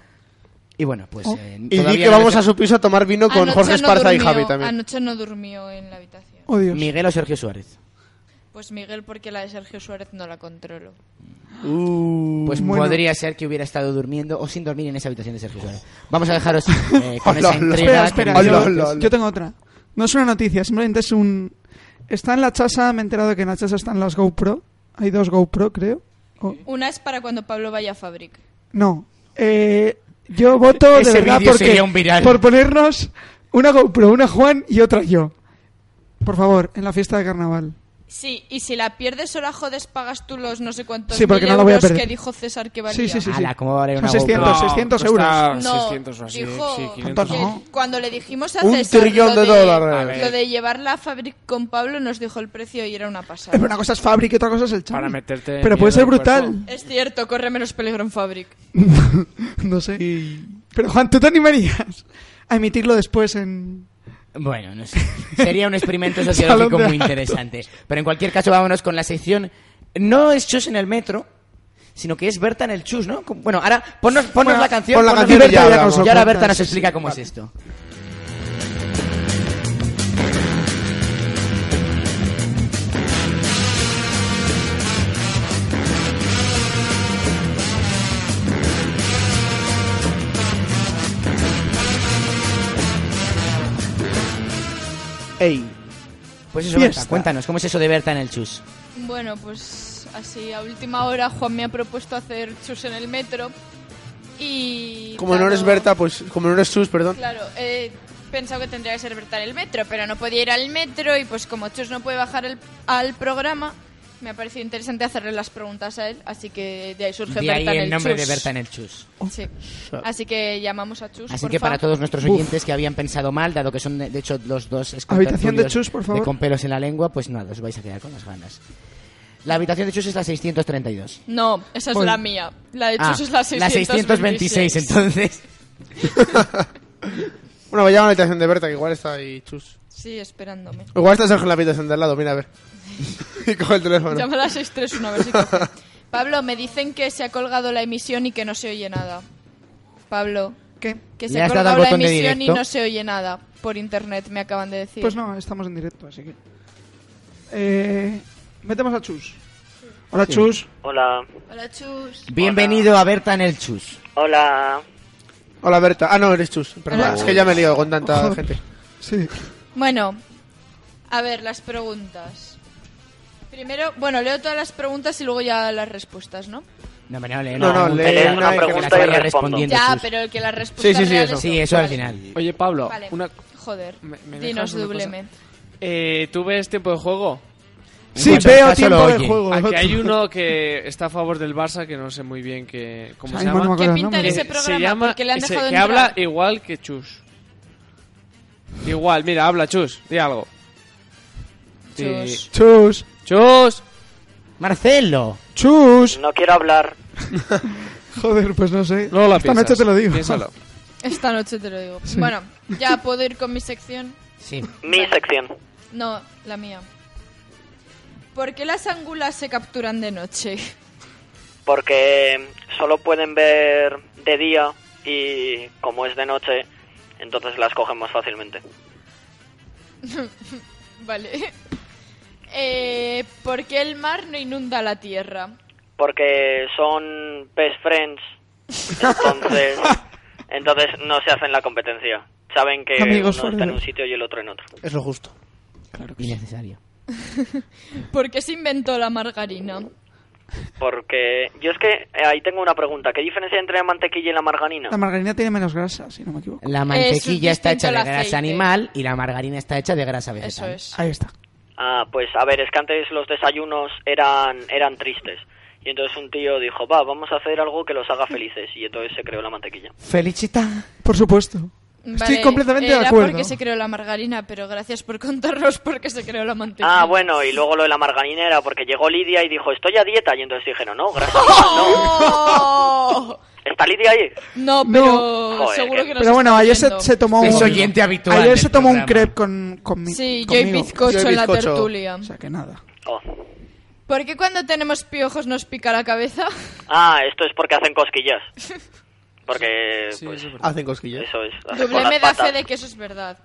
Speaker 3: Y bueno, pues...
Speaker 4: Oh.
Speaker 3: eh,
Speaker 6: Y di
Speaker 3: todavía
Speaker 6: que
Speaker 3: no
Speaker 6: vamos
Speaker 3: se-
Speaker 6: a su piso a tomar
Speaker 4: Ah,
Speaker 6: vino con
Speaker 5: Anoche
Speaker 6: Jorge
Speaker 5: no
Speaker 6: Esparza y
Speaker 5: durmió-
Speaker 6: Javi también.
Speaker 5: Anoche no durmió en la habitación.
Speaker 4: Oh,
Speaker 3: Miguel o Sergio Suárez.
Speaker 5: Pues Miguel, porque la de Sergio Suárez no la controlo.
Speaker 3: Pues
Speaker 6: Uh, bueno.
Speaker 3: podría ser que hubiera estado durmiendo o sin dormir en esa habitación de Sergio Suárez. Vamos a dejaros eh, con esa
Speaker 4: Hola, hola.
Speaker 3: entrega.
Speaker 4: Espera,
Speaker 3: que
Speaker 4: espera,
Speaker 3: nos-
Speaker 4: yo, yo tengo otra. No es una noticia, simplemente es un... Está en la chasa, me he enterado que en la chasa están las GoPro. Hay dos GoPro, creo. O-
Speaker 5: Una es para cuando Pablo vaya a Fabric.
Speaker 4: No. Eh, yo voto de
Speaker 3: Ese
Speaker 4: verdad
Speaker 3: vídeo
Speaker 4: porque,
Speaker 3: sería un viral.
Speaker 4: por ponernos una GoPro, una Juan y otra yo. Por favor, en la fiesta de carnaval.
Speaker 5: Sí, y si la pierdes o la jodes, pagas tú los no sé cuántos
Speaker 4: Sí, porque
Speaker 5: mil
Speaker 4: no la voy a
Speaker 5: euros
Speaker 4: perder.
Speaker 5: que dijo César que valía.
Speaker 4: Sí, sí, sí. sí.
Speaker 3: Ala, ¿cómo vale
Speaker 4: Son
Speaker 3: una
Speaker 4: 600,
Speaker 3: GoPro?
Speaker 4: 600
Speaker 3: No, pues
Speaker 6: Ah,
Speaker 3: cuesta
Speaker 4: euros.
Speaker 5: Pues No,
Speaker 8: 600 o así,
Speaker 5: dijo
Speaker 8: sí, 500.
Speaker 5: que
Speaker 4: ¿no?
Speaker 5: cuando le dijimos a
Speaker 6: Un
Speaker 5: César
Speaker 6: trillón
Speaker 5: lo
Speaker 6: de dólares. A ver.
Speaker 5: lo de llevarla a Fabric con Pablo nos dijo el precio y era una pasada.
Speaker 4: Pero una cosa es Fabric y otra cosa es el chavo.
Speaker 8: Para meterte
Speaker 4: Pero puede
Speaker 8: miedo
Speaker 4: ser
Speaker 8: al cuerpo.
Speaker 4: brutal.
Speaker 5: Es cierto, corre menos peligro en Fabric.
Speaker 4: no sé. Pero Juan, ¿tú te animarías a emitirlo después en...
Speaker 3: Bueno, no sé. Sería un experimento sociológico
Speaker 4: Salón de
Speaker 3: muy
Speaker 4: actos.
Speaker 3: interesante. Pero en cualquier caso, vámonos con la sección. No es Chus en el metro, sino que es Berta en el Chus, ¿no? Como- Bueno, ahora ponnos, ponnos
Speaker 4: Bueno,
Speaker 3: la canción.
Speaker 6: pon la
Speaker 3: ponnos
Speaker 6: canción y ya
Speaker 3: y
Speaker 6: hablamos.
Speaker 3: ahora Berta
Speaker 6: Cuentas,
Speaker 3: nos
Speaker 6: sí,
Speaker 3: explica
Speaker 6: sí,
Speaker 3: cómo
Speaker 6: vale.
Speaker 3: es esto.
Speaker 4: Ey.
Speaker 3: Pues eso, Berta, cuéntanos, ¿cómo es eso de Berta en el chus?
Speaker 5: Bueno, pues así a última hora Juan me ha propuesto hacer chus en el metro y...
Speaker 6: Como no
Speaker 5: claro,
Speaker 6: eres Berta, pues como no eres Sus, perdón.
Speaker 5: Claro, he pensado que tendría que ser Berta en el metro, pero no podía ir al metro y pues como Chus no puede bajar el- al programa, me ha parecido interesante hacerle las preguntas a él, así que de ahí surge
Speaker 3: De ahí
Speaker 5: Berta en
Speaker 3: el
Speaker 5: el
Speaker 3: nombre
Speaker 5: Chus.
Speaker 3: de Berta en el chus.
Speaker 5: Sí. Así que llamamos a Chus.
Speaker 3: Así
Speaker 5: por
Speaker 3: que para
Speaker 5: favor.
Speaker 3: todos nuestros oyentes que habían pensado mal, dado que son de hecho los dos
Speaker 4: Habitación de
Speaker 3: contertulios
Speaker 4: Chus, por favor.
Speaker 3: de con pelos en la lengua, pues nada, os vais a quedar con las ganas. La habitación de Chus es la 632.
Speaker 5: No, esa es
Speaker 4: Pues-
Speaker 3: Bueno.
Speaker 5: la mía. La de
Speaker 3: Ah,
Speaker 5: Chus es la 626.
Speaker 3: 626, entonces.
Speaker 6: Bueno, vaya a la habitación de Berta, que igual está ahí chus.
Speaker 5: Sí, esperándome.
Speaker 6: O Igual está Sergio en la habitación de al lado, mira a ver. y coge el teléfono.
Speaker 5: Llama a la 631 a ver si coge. Pablo, me dicen que se ha colgado la emisión y que no se oye nada. Pablo.
Speaker 4: ¿Qué?
Speaker 5: Que
Speaker 3: Le
Speaker 5: se ha
Speaker 3: has dado al
Speaker 5: colgado la
Speaker 3: botón de
Speaker 5: emisión y
Speaker 3: directo.
Speaker 5: no se oye nada por internet, me acaban de decir.
Speaker 4: Pues no, estamos en directo, así que. Eh, metemos a Chus. Hola,
Speaker 3: Sí.
Speaker 4: Chus.
Speaker 12: Hola.
Speaker 5: Hola, Chus.
Speaker 3: Bienvenido a Berta en el chus.
Speaker 12: Hola.
Speaker 6: Hola Berta. Ah, no, eres chus. Perdón,
Speaker 5: Hola,
Speaker 6: es que
Speaker 5: Chus.
Speaker 6: ya me he liado con tanta gente.
Speaker 4: Sí.
Speaker 5: Bueno, a ver, las preguntas. Primero, bueno, leo todas las preguntas y luego ya las respuestas, ¿no?
Speaker 3: No, me no, lee
Speaker 6: No,
Speaker 3: una
Speaker 6: no,
Speaker 3: pregunta
Speaker 6: lee
Speaker 3: y la-
Speaker 6: una
Speaker 3: que
Speaker 6: pregunta
Speaker 3: la
Speaker 6: y
Speaker 3: vaya
Speaker 6: respondo.
Speaker 3: respondiendo
Speaker 5: Ya,
Speaker 3: Chus.
Speaker 5: pero el que la respuesta
Speaker 3: Sí, sí, sí,
Speaker 5: real
Speaker 3: eso.
Speaker 5: es-
Speaker 3: Sí, eso al
Speaker 5: Vale.
Speaker 3: final.
Speaker 8: Oye, Pablo,
Speaker 5: Vale.
Speaker 8: una...
Speaker 5: Joder,
Speaker 8: me dejas
Speaker 5: dinos
Speaker 8: una cosa?
Speaker 5: doblemente.
Speaker 8: eh, ¿tú ves tiempo de juego?
Speaker 4: Sí, Mucho, veo está tiempo solo de oye. juego.
Speaker 8: Aquí hay uno que está a favor del Barça, que no sé muy bien que, cómo
Speaker 4: Ay, bueno,
Speaker 8: se llama.
Speaker 4: me acuerdo ¿Qué el
Speaker 5: pinta en nombre. ese
Speaker 8: Eh,
Speaker 5: programa?
Speaker 8: Se llama,
Speaker 5: Porque le han
Speaker 8: se-
Speaker 5: dejado
Speaker 8: que
Speaker 5: entrar.
Speaker 8: habla igual que Chus. Igual, mira, habla Chus, di algo. Di-
Speaker 4: Chus. Chus.
Speaker 8: Chus.
Speaker 3: Marcelo.
Speaker 4: Chus.
Speaker 12: No quiero hablar.
Speaker 4: Joder, pues no sé.
Speaker 8: Luego la
Speaker 4: Esta noche
Speaker 8: piensas,
Speaker 4: te lo digo.
Speaker 8: piénsalo.
Speaker 5: Esta noche te lo digo.
Speaker 4: Sí.
Speaker 5: Bueno, ya puedo ir con mi sección.
Speaker 3: Sí.
Speaker 12: Mi sección.
Speaker 5: No, la mía. ¿Por qué las angulas se capturan de noche?
Speaker 12: Porque solo pueden ver de día y como es de noche, entonces las cogen más fácilmente.
Speaker 5: vale. Eh, ¿Por qué el mar no inunda la tierra?
Speaker 12: Porque son best friends, entonces, entonces no se hacen la competencia. Saben que
Speaker 6: Amigos
Speaker 12: uno está en
Speaker 6: forever.
Speaker 12: un sitio y el otro en otro.
Speaker 6: Es lo justo.
Speaker 3: Innecesario.
Speaker 5: ¿Por qué se inventó la margarina?
Speaker 12: Porque yo es que eh, ahí tengo una pregunta. ¿Qué diferencia hay entre la mantequilla y la margarina?
Speaker 4: La margarina tiene menos grasa, si no me equivoco.
Speaker 3: La mantequilla está hecha de
Speaker 12: distinto al
Speaker 3: grasa
Speaker 12: aceite.
Speaker 3: animal y la margarina está hecha de grasa vegetal.
Speaker 4: Ahí está.
Speaker 12: Ah, pues a ver, es que antes los desayunos eran, eran tristes. Y entonces un tío dijo, va, vamos a hacer algo que los haga felices. Y entonces se creó la mantequilla.
Speaker 3: Felicita.
Speaker 4: Por supuesto. Estoy
Speaker 5: Vale,
Speaker 4: completamente
Speaker 5: era
Speaker 4: de acuerdo.
Speaker 5: porque se creó la margarina, pero gracias por contarnos por qué se creó la mantequilla.
Speaker 12: Ah, bueno, y luego lo de la margarina era porque llegó Lidia y dijo, estoy a dieta. Y entonces dijeron, no, gracias.
Speaker 5: No.
Speaker 12: ¿Está Lidia ahí?
Speaker 5: No,
Speaker 4: No.
Speaker 5: pero
Speaker 12: Joder,
Speaker 5: seguro
Speaker 12: que-
Speaker 5: que nos
Speaker 4: Pero bueno,
Speaker 5: está
Speaker 4: ayer se,
Speaker 5: oyendo.
Speaker 4: se tomó
Speaker 3: Es
Speaker 4: un...
Speaker 3: oyente habitual
Speaker 4: Ayer
Speaker 3: del
Speaker 4: se tomó un
Speaker 3: programa.
Speaker 4: crepe con, con mi-
Speaker 5: Sí, yo y
Speaker 4: conmigo.
Speaker 5: bizcocho en la tertulia.
Speaker 4: O sea que nada.
Speaker 12: Oh.
Speaker 5: ¿Por qué cuando tenemos piojos nos pica la cabeza?
Speaker 12: Ah, esto es porque hacen cosquillas. Porque, pues,
Speaker 6: Hacen cosquillas.
Speaker 12: Eso es. hacen con
Speaker 5: Doble
Speaker 12: las
Speaker 5: me da fe
Speaker 12: patas.
Speaker 5: de que eso es verdad.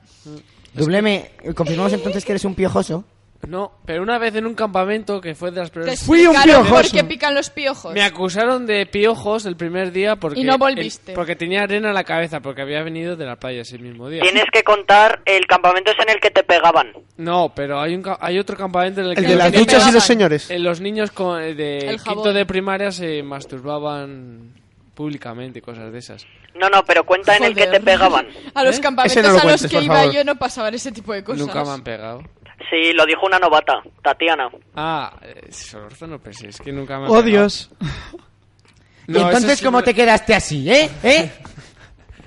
Speaker 3: Dubleme, confirmamos entonces que eres un piojoso.
Speaker 8: No, pero una vez en un campamento que fue de las
Speaker 5: Te
Speaker 8: primeras...
Speaker 5: explicaron ¿Por qué pican los piojos?
Speaker 8: Me acusaron de piojos el primer día porque...
Speaker 5: Y no volviste.
Speaker 8: el- porque tenía arena en la cabeza, porque había venido de la playa ese mismo día.
Speaker 12: Tienes que contar el campamento es en el que te pegaban.
Speaker 8: No, pero hay, un, ca- hay otro campamento en el,
Speaker 6: El
Speaker 8: que...
Speaker 6: de
Speaker 8: los
Speaker 6: las
Speaker 8: niños-
Speaker 6: duchas y los señores.
Speaker 8: eh, los niños con- eh, de
Speaker 12: El jabón.
Speaker 8: quinto de primaria se masturbaban públicamente y cosas de esas.
Speaker 12: No, no, pero cuenta en el que te pegaban.
Speaker 5: A los
Speaker 8: ¿Eh?
Speaker 5: campamentos
Speaker 8: Ese no lo
Speaker 5: a
Speaker 8: cuentes,
Speaker 5: los que
Speaker 8: por
Speaker 5: iba
Speaker 8: favor.
Speaker 5: yo no pasaban ese tipo de cosas.
Speaker 8: Nunca me han pegado.
Speaker 12: Sí, lo dijo una novata, Tatiana.
Speaker 8: Ah, eh, Solórzano, pues es que nunca me han
Speaker 4: Oh,
Speaker 8: pegado.
Speaker 4: Dios.
Speaker 3: y entonces, ¿cómo te quedaste así, eh? ¿Eh?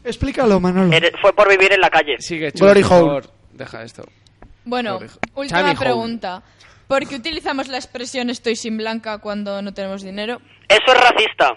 Speaker 4: Explícalo,
Speaker 6: Mm.
Speaker 4: Manolo.
Speaker 12: Fue por vivir en la calle.
Speaker 8: Sigue,
Speaker 4: Chus, Glory por hole. favor,
Speaker 8: Deja esto.
Speaker 5: Bueno,
Speaker 8: Pobre hijo.
Speaker 5: última
Speaker 8: Xavi Hall.
Speaker 5: pregunta. ¿Por qué utilizamos la expresión estoy sin blanca cuando no tenemos dinero?
Speaker 12: Eso es racista.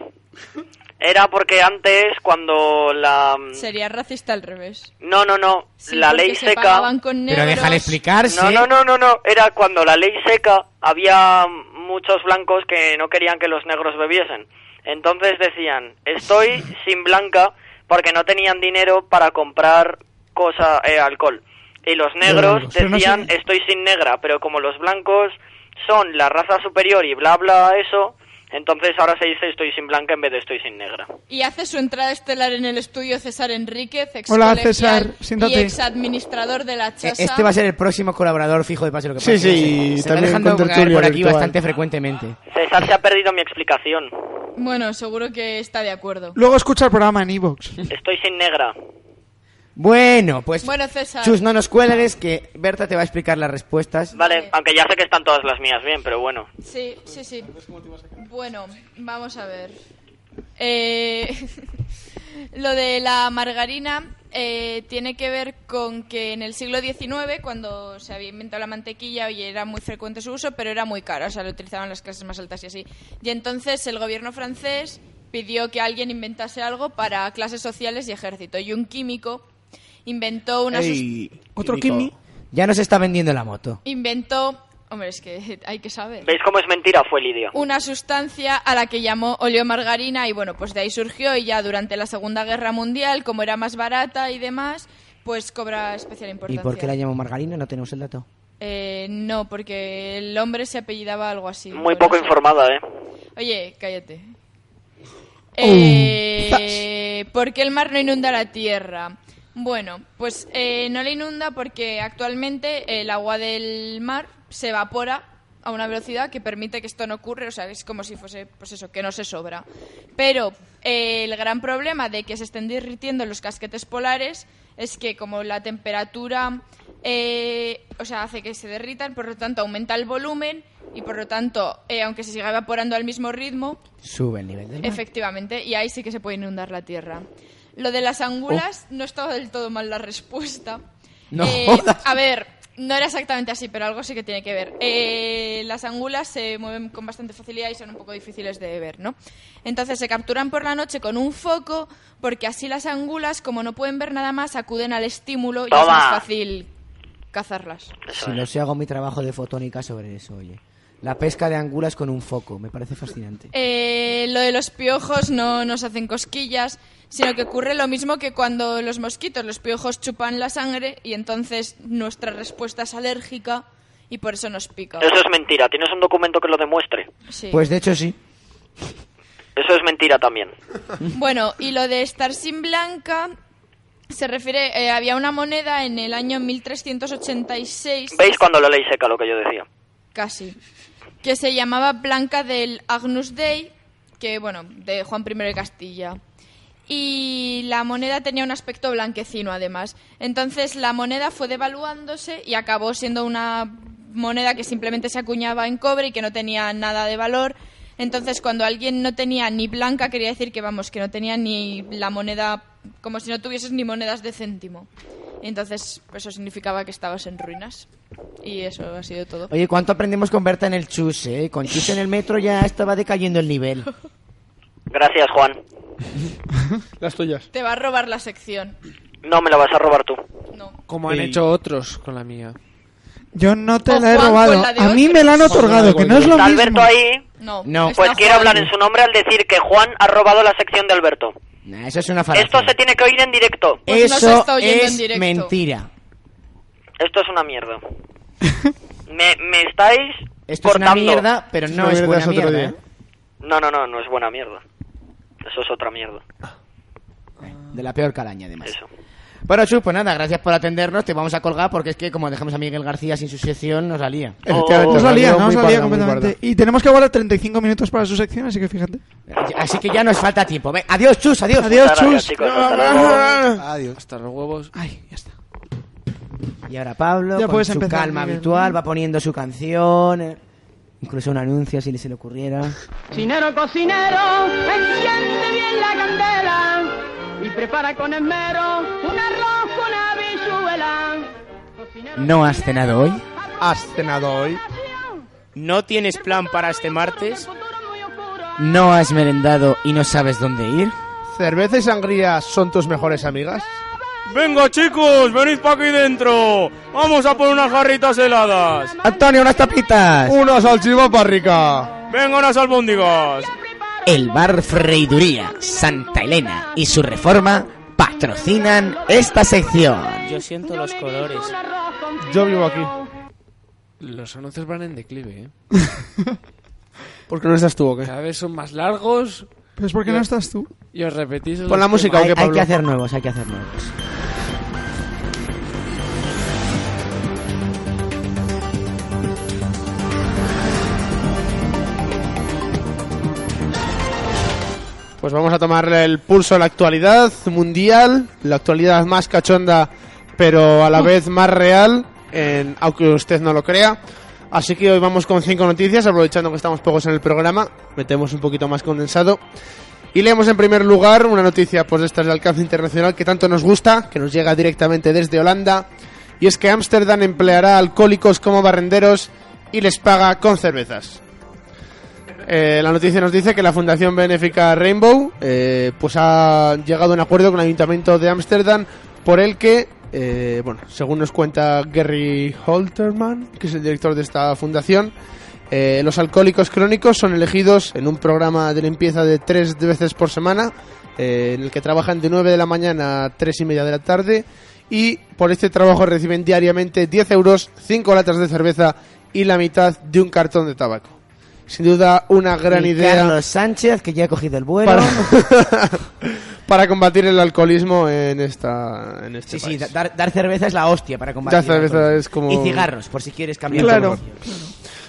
Speaker 12: Era porque antes, cuando la.
Speaker 5: Sería racista al revés.
Speaker 12: No, no, no.
Speaker 5: Sí,
Speaker 12: la
Speaker 5: porque
Speaker 12: Mm. ley
Speaker 5: se
Speaker 12: seca.
Speaker 5: pagaban con Pero euros. déjale
Speaker 3: explicarse.
Speaker 12: No, no, no, no, no. Era cuando la ley seca había muchos blancos que no querían que los negros bebiesen. Entonces decían, estoy sin blanca porque no tenían dinero para comprar cosa, eh, alcohol. Y los negros
Speaker 14: blancos. Pero no
Speaker 12: decían, estoy sin negra. Pero como los blancos son la raza superior y bla, bla, eso, Entonces ahora se dice estoy sin blanca en vez de estoy sin negra.
Speaker 5: Y hace su entrada estelar en el estudio César Enríquez, ex
Speaker 3: Hola,
Speaker 5: colegial
Speaker 3: César,
Speaker 5: y
Speaker 3: siéntate.
Speaker 5: ex administrador de la
Speaker 3: E-
Speaker 5: Chasa.
Speaker 3: Este va a ser el próximo colaborador fijo de Pase lo que
Speaker 6: Sí,
Speaker 3: pase.
Speaker 6: sí, y
Speaker 3: Se está
Speaker 6: también
Speaker 3: dejando
Speaker 6: con
Speaker 3: caer
Speaker 6: tertulia
Speaker 3: por aquí
Speaker 6: virtual.
Speaker 3: bastante frecuentemente.
Speaker 12: César se ha perdido mi explicación.
Speaker 5: Bueno, seguro que está de acuerdo.
Speaker 4: Luego escucha el programa en Evox.
Speaker 12: Estoy sin negra.
Speaker 3: Bueno, pues
Speaker 5: Bueno, César.
Speaker 3: Chus, no nos cuelgues que Berta te va a explicar las respuestas.
Speaker 12: Vale, aunque ya sé que están todas las mías bien, pero bueno.
Speaker 5: Sí, sí, sí. Bueno, vamos a ver. Eh, lo de la margarina eh, tiene que ver con que en el siglo XIX, cuando se había inventado la mantequilla, y era muy frecuente su uso, pero era muy cara, o sea, lo utilizaban las clases más altas y así. Y entonces el gobierno francés pidió que alguien inventase algo para clases sociales y ejército. Y un químico inventó una... sus-
Speaker 3: otro Kimi. Ya nos está vendiendo la moto.
Speaker 5: Inventó... Hombre, es que hay que saber.
Speaker 12: ¿Veis cómo es mentira? Fue Lidia.
Speaker 5: una sustancia a la que llamó oleomargarina y bueno, pues de ahí surgió y ya durante la Segunda Guerra Mundial, como era más barata y demás, pues cobra especial
Speaker 3: ¿Y
Speaker 5: importancia.
Speaker 3: por qué la llamo margarina? No tenemos el dato.
Speaker 5: Eh, no, porque el hombre se apellidaba algo así.
Speaker 12: Muy
Speaker 5: Bueno,
Speaker 12: poco
Speaker 5: sí.
Speaker 12: informada, ¿eh?
Speaker 5: Oye, cállate. Eh, ¿Por qué el mar no inunda la tierra? Bueno, pues eh, no la inunda porque actualmente el agua del mar se evapora a una velocidad que permite que esto no ocurra, o sea, es como si fuese, pues eso, que no se sobra. Pero eh, el gran problema de que se estén derritiendo los casquetes polares es que como la temperatura, eh, o sea, hace que se derritan, por lo tanto aumenta el volumen y por lo tanto, eh, aunque se siga evaporando al mismo ritmo,
Speaker 3: Sube el nivel del mar.
Speaker 5: Efectivamente, y ahí sí que se puede inundar la tierra. Lo de las angulas no estaba del todo mal la respuesta.
Speaker 3: Oh. No
Speaker 5: Eh,
Speaker 3: jodas.
Speaker 5: a ver, no era exactamente así, pero algo sí que tiene que ver. Eh, las angulas se mueven con bastante facilidad y son un poco difíciles de ver, ¿no? Entonces se capturan por la noche con un foco, porque así las angulas, como no pueden ver nada más, acuden al estímulo y es
Speaker 3: Toma.
Speaker 5: más fácil cazarlas.
Speaker 3: Si no se hago mi trabajo de fotónica sobre eso, oye. La pesca de angulas con un foco, me parece fascinante.
Speaker 5: Eh, lo de los piojos no nos hacen cosquillas, sino que ocurre lo mismo que cuando los mosquitos, los piojos chupan la sangre y entonces nuestra respuesta es alérgica y por eso nos pica.
Speaker 12: Eso es mentira. ¿Tienes un documento que lo demuestre?
Speaker 5: Sí.
Speaker 3: Pues de hecho sí.
Speaker 12: Eso es mentira también.
Speaker 5: Bueno, y lo de estar sin blanca se refiere, eh, había una moneda en el año 1386
Speaker 12: ¿Veis cuando la ley seca lo que yo decía?
Speaker 5: casi, que se llamaba Blanca del Agnus Dei, que bueno, de Juan I de Castilla. Y la moneda tenía un aspecto blanquecino además. Entonces la moneda fue devaluándose y acabó siendo una moneda que simplemente se acuñaba en cobre y que no tenía nada de valor. Entonces cuando alguien no tenía ni blanca quería decir que vamos, que no tenía ni la moneda, como si no tuvieses ni monedas de céntimo. Entonces eso significaba que estabas en ruinas. Y eso ha sido todo.
Speaker 3: Oye, ¿cuánto aprendemos con Berta en el Chus, eh? Con Chus en el metro ya estaba decayendo el nivel.
Speaker 12: Gracias, Juan.
Speaker 6: Las tuyas.
Speaker 5: Te va a robar la sección.
Speaker 12: No, me la vas a robar tú.
Speaker 8: Como han
Speaker 6: Ey.
Speaker 8: hecho otros con la mía.
Speaker 4: Yo no te
Speaker 12: O
Speaker 4: la he
Speaker 12: Juan con
Speaker 4: robado.
Speaker 12: la de
Speaker 4: A mí me la han
Speaker 12: otros.
Speaker 4: otorgado, que no es lo
Speaker 12: ¿Está
Speaker 4: mismo.
Speaker 12: Alberto ahí?
Speaker 5: No.
Speaker 12: Pues quiero hablar en su nombre al decir que Juan ha robado la sección de Alberto.
Speaker 3: Nah, eso es una falacia.
Speaker 12: Esto se tiene que oír en directo.
Speaker 3: eso es mentira.
Speaker 12: Esto es una mierda. me, me estáis
Speaker 3: Esto
Speaker 12: cortando.
Speaker 3: es una mierda, pero no es
Speaker 6: Una mierda
Speaker 3: buena
Speaker 6: es otro
Speaker 3: mierda.
Speaker 6: día.
Speaker 3: ¿eh?
Speaker 12: No, no, no, no es buena mierda. Eso es otra mierda.
Speaker 3: ¿eh? De la peor calaña, además. Bueno, Chus, pues nada, gracias por atendernos. Te vamos a colgar porque es que como dejamos a Miguel García sin su sección, nos salía.
Speaker 4: Efectivamente, no salía, no salía completamente. Y tenemos que guardar 35 minutos para su sección, así que fíjate.
Speaker 3: Así que ya nos falta tiempo. Ve, Adiós, Chus, adiós.
Speaker 4: Adiós, Hasta luego, Chus. chicos, hasta luego.
Speaker 3: Adiós. Hasta los huevos.
Speaker 4: Ay, ya está.
Speaker 3: Y ahora Pablo,
Speaker 4: Ya
Speaker 3: con
Speaker 4: puedes
Speaker 3: su
Speaker 4: empezar,
Speaker 3: calma
Speaker 4: Miguel.
Speaker 3: habitual, va poniendo su canción. eh, Incluso un anuncio, si le se le ocurriera.
Speaker 13: Cocinero, cocinero, enciende bien la candela y prepara con esmero un arroz con habichuela.
Speaker 3: ¿No has cenado hoy?
Speaker 9: ¿Has cenado hoy? ¿No tienes plan para este martes?
Speaker 3: ¿No has merendado y no sabes dónde ir?
Speaker 6: ¿Cerveza y sangría son tus mejores amigas?
Speaker 9: Venga chicos, venid para aquí dentro. Vamos a por unas jarritas heladas.
Speaker 3: Antonio, unas tapitas.
Speaker 6: Una salchipapa rica.
Speaker 9: Venga unas albóndigas.
Speaker 3: El bar Freiduría, Santa Elena y su reforma patrocinan esta sección.
Speaker 8: Yo siento los colores.
Speaker 6: Yo vivo aquí.
Speaker 8: Los anuncios van en declive, ¿eh?
Speaker 6: Porque no estás tú, ¿o qué?
Speaker 8: Cada vez son más largos.
Speaker 4: Pues porque
Speaker 8: Y-
Speaker 4: no estás tú.
Speaker 8: Y os repetís.
Speaker 6: Pon la
Speaker 8: los
Speaker 6: música,
Speaker 8: temas.
Speaker 6: ¿o qué,
Speaker 3: Hay
Speaker 6: Pablo?
Speaker 3: que hacer nuevos, hay que hacer nuevos.
Speaker 6: Pues vamos a tomar el pulso a la actualidad mundial, la actualidad más cachonda, pero a la vez más real, en- aunque usted no lo crea. Así que hoy vamos con cinco noticias, aprovechando que estamos pocos en el programa, metemos un poquito más condensado. Y leemos en primer lugar una noticia pues, de estas de alcance internacional que tanto nos gusta, que nos llega directamente desde Holanda, y es que Ámsterdam empleará alcohólicos como barrenderos y les paga con cervezas. Eh, la noticia nos dice que la Fundación Benéfica Rainbow eh, pues ha llegado a un acuerdo con el Ayuntamiento de Ámsterdam por el que, eh, bueno, según nos cuenta Gary Holterman, que es el director de esta fundación, eh, los alcohólicos crónicos son elegidos en un programa de limpieza de tres veces por semana, eh, en el que trabajan de 9 de la mañana a 3 y media de la tarde, y por este trabajo reciben diariamente 10 euros, 5 latas de cerveza y la mitad de un cartón de tabaco. Sin duda, una gran
Speaker 3: Y
Speaker 6: idea
Speaker 3: Carlos Sánchez, que ya ha cogido el vuelo.
Speaker 6: para combatir el alcoholismo en esta en
Speaker 3: Sí,
Speaker 6: este
Speaker 3: sí,
Speaker 6: país.
Speaker 3: da- dar, dar cerveza es la hostia para combatir.
Speaker 6: Dar cerveza
Speaker 3: el alcohol.
Speaker 6: es como-
Speaker 3: Y cigarros, por si quieres cambiar
Speaker 6: Claro.
Speaker 3: de negocio.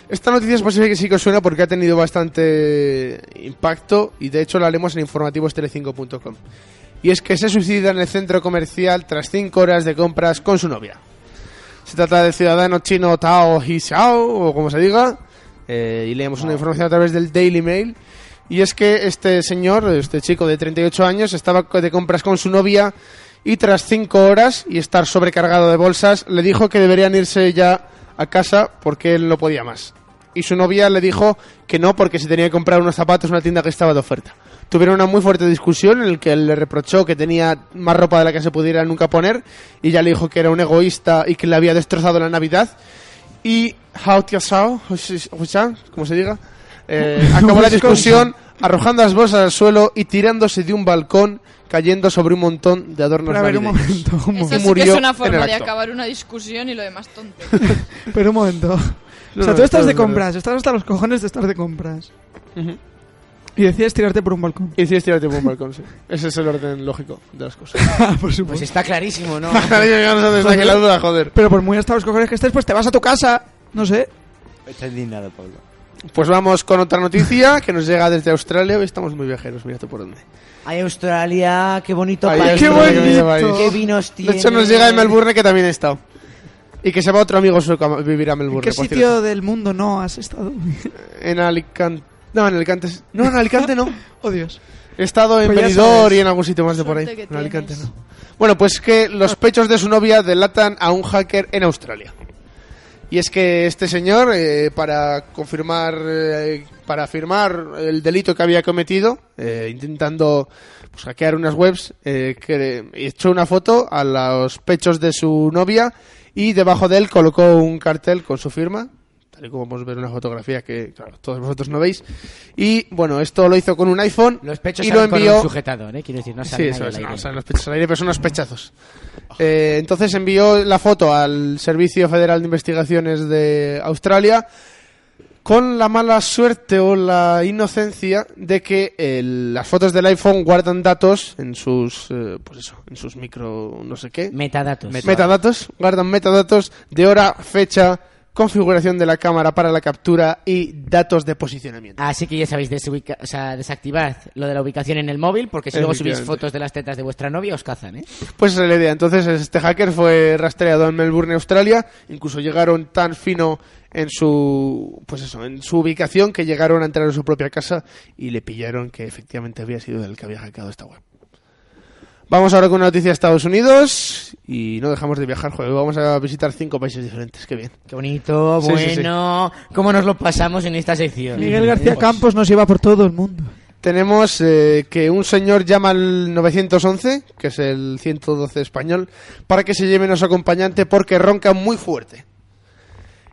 Speaker 6: Esta noticia es posible que sí que os suena porque ha tenido bastante impacto y de hecho la haremos en informativos telecinco.com. Y es que se suicida en el centro comercial tras cinco horas de compras con su novia. Se trata del ciudadano chino Tao He Xiao, o como se diga, eh, y leemos una información a través del Daily Mail. Y es que este señor, este chico de 38 años, estaba co- de compras con su novia y tras cinco horas y estar sobrecargado de bolsas, le dijo que deberían irse ya a casa porque él no podía más. Y su novia le dijo que no porque se tenía que comprar unos zapatos en una tienda que estaba de oferta. Tuvieron una muy fuerte discusión en la que él le reprochó que tenía más ropa de la que se pudiera nunca poner y ella le dijo que era un egoísta y que le había destrozado la Navidad. Y Hao Tiasao, como se diga, eh, acabó la discusión arrojando las bolsas al suelo y tirándose de un balcón cayendo sobre un montón de adornos
Speaker 4: Pero a ver, un
Speaker 6: navideños.
Speaker 4: momento,
Speaker 5: Eso
Speaker 6: Y
Speaker 5: sí que
Speaker 6: murió
Speaker 5: es una
Speaker 6: en
Speaker 5: forma
Speaker 6: el
Speaker 5: de
Speaker 6: acto.
Speaker 5: acabar una discusión y lo demás tonto.
Speaker 4: Pero un momento.
Speaker 6: No,
Speaker 4: o
Speaker 6: no,
Speaker 4: sea, tú
Speaker 6: todo
Speaker 4: estás de
Speaker 6: es verdad.
Speaker 4: compras, estás hasta los cojones de estar de compras. Y decides tirarte por un balcón.
Speaker 6: Y decides tirarte por un balcón, sí. Ese es el orden lógico de las cosas.
Speaker 4: Ah, por supuesto.
Speaker 3: Pues está clarísimo, ¿no?
Speaker 6: desde aquí la duda, joder.
Speaker 4: Pero por muy hasta los cojones que estés, pues te vas a tu casa. No sé.
Speaker 7: Está indignado, Pablo.
Speaker 6: Pues vamos con otra noticia que nos llega desde Australia. Hoy estamos muy viajeros, mira tú por dónde.
Speaker 3: Ay, Australia, qué bonito
Speaker 6: Ay,
Speaker 3: país.
Speaker 6: qué bonito.
Speaker 3: Qué vinos tiene.
Speaker 6: De hecho, nos llega de Melbourne, que también he estado. Y que se va otro amigo sueco a vivir a Melbourne.
Speaker 4: ¿Qué
Speaker 6: por
Speaker 4: sitio
Speaker 6: cierto.
Speaker 4: del mundo no has estado?
Speaker 6: En Alicante. No, en Alicante. es- No, en Alicante no.
Speaker 4: oh, Dios.
Speaker 6: He estado en
Speaker 4: Pues ya
Speaker 6: Benidorm
Speaker 4: sabes.
Speaker 6: y en algún sitio más de por ahí.
Speaker 4: Suerte que
Speaker 6: En Alicante no. Bueno, pues que los pechos de su novia delatan a un hacker en Australia. Y es que este señor, eh, para confirmar, eh, para afirmar el delito que había cometido, eh, intentando pues, hackear unas webs, eh, que echó una foto a los pechos de su novia y debajo de él colocó un cartel con su firma, tal y como podemos ver en una fotografía que claro, todos vosotros no veis. Y bueno, esto lo hizo con un iPhone
Speaker 3: Los pechos
Speaker 6: y lo
Speaker 3: salen con
Speaker 6: envió
Speaker 3: un sujetador, ¿eh? Quiero decir, no
Speaker 6: Sí,
Speaker 3: salen
Speaker 6: eso
Speaker 3: ahí
Speaker 6: es,
Speaker 3: al
Speaker 6: no,
Speaker 3: aire.
Speaker 6: salen los pechos al aire, pero son unos pechazos. Eh, entonces envió la foto al Servicio Federal de Investigaciones de Australia con la mala suerte o la inocencia de que el- las fotos del iPhone guardan datos en sus eh, pues eso, en sus micro no sé qué
Speaker 3: Metadatos.
Speaker 6: metadatos guardan metadatos de hora, fecha, configuración de la cámara para la captura y datos de posicionamiento.
Speaker 3: Así que ya sabéis, desubica- o sea, desactivad lo de la ubicación en el móvil, porque si luego subís
Speaker 6: Efectivamente.
Speaker 3: fotos de las tetas de vuestra novia, os cazan, ¿eh?
Speaker 6: Pues esa es la idea. Entonces, este hacker fue rastreado en Melbourne, Australia. Incluso llegaron tan fino en su, pues eso, en su ubicación que llegaron a entrar en su propia casa y le pillaron que efectivamente había sido el que había hackeado esta web. Vamos ahora con una noticia de Estados Unidos y no dejamos de viajar, joder. Vamos a visitar cinco países diferentes. Qué bien.
Speaker 3: Qué bonito,
Speaker 6: Sí, sí, sí.
Speaker 3: bueno. ¿Cómo nos lo pasamos en esta sección?
Speaker 4: Miguel García
Speaker 3: Pues,
Speaker 4: Campos nos lleva por todo el mundo.
Speaker 6: Tenemos eh, que un señor llama al 911, que es el 112 español, para que se lleven a su acompañante porque ronca muy fuerte.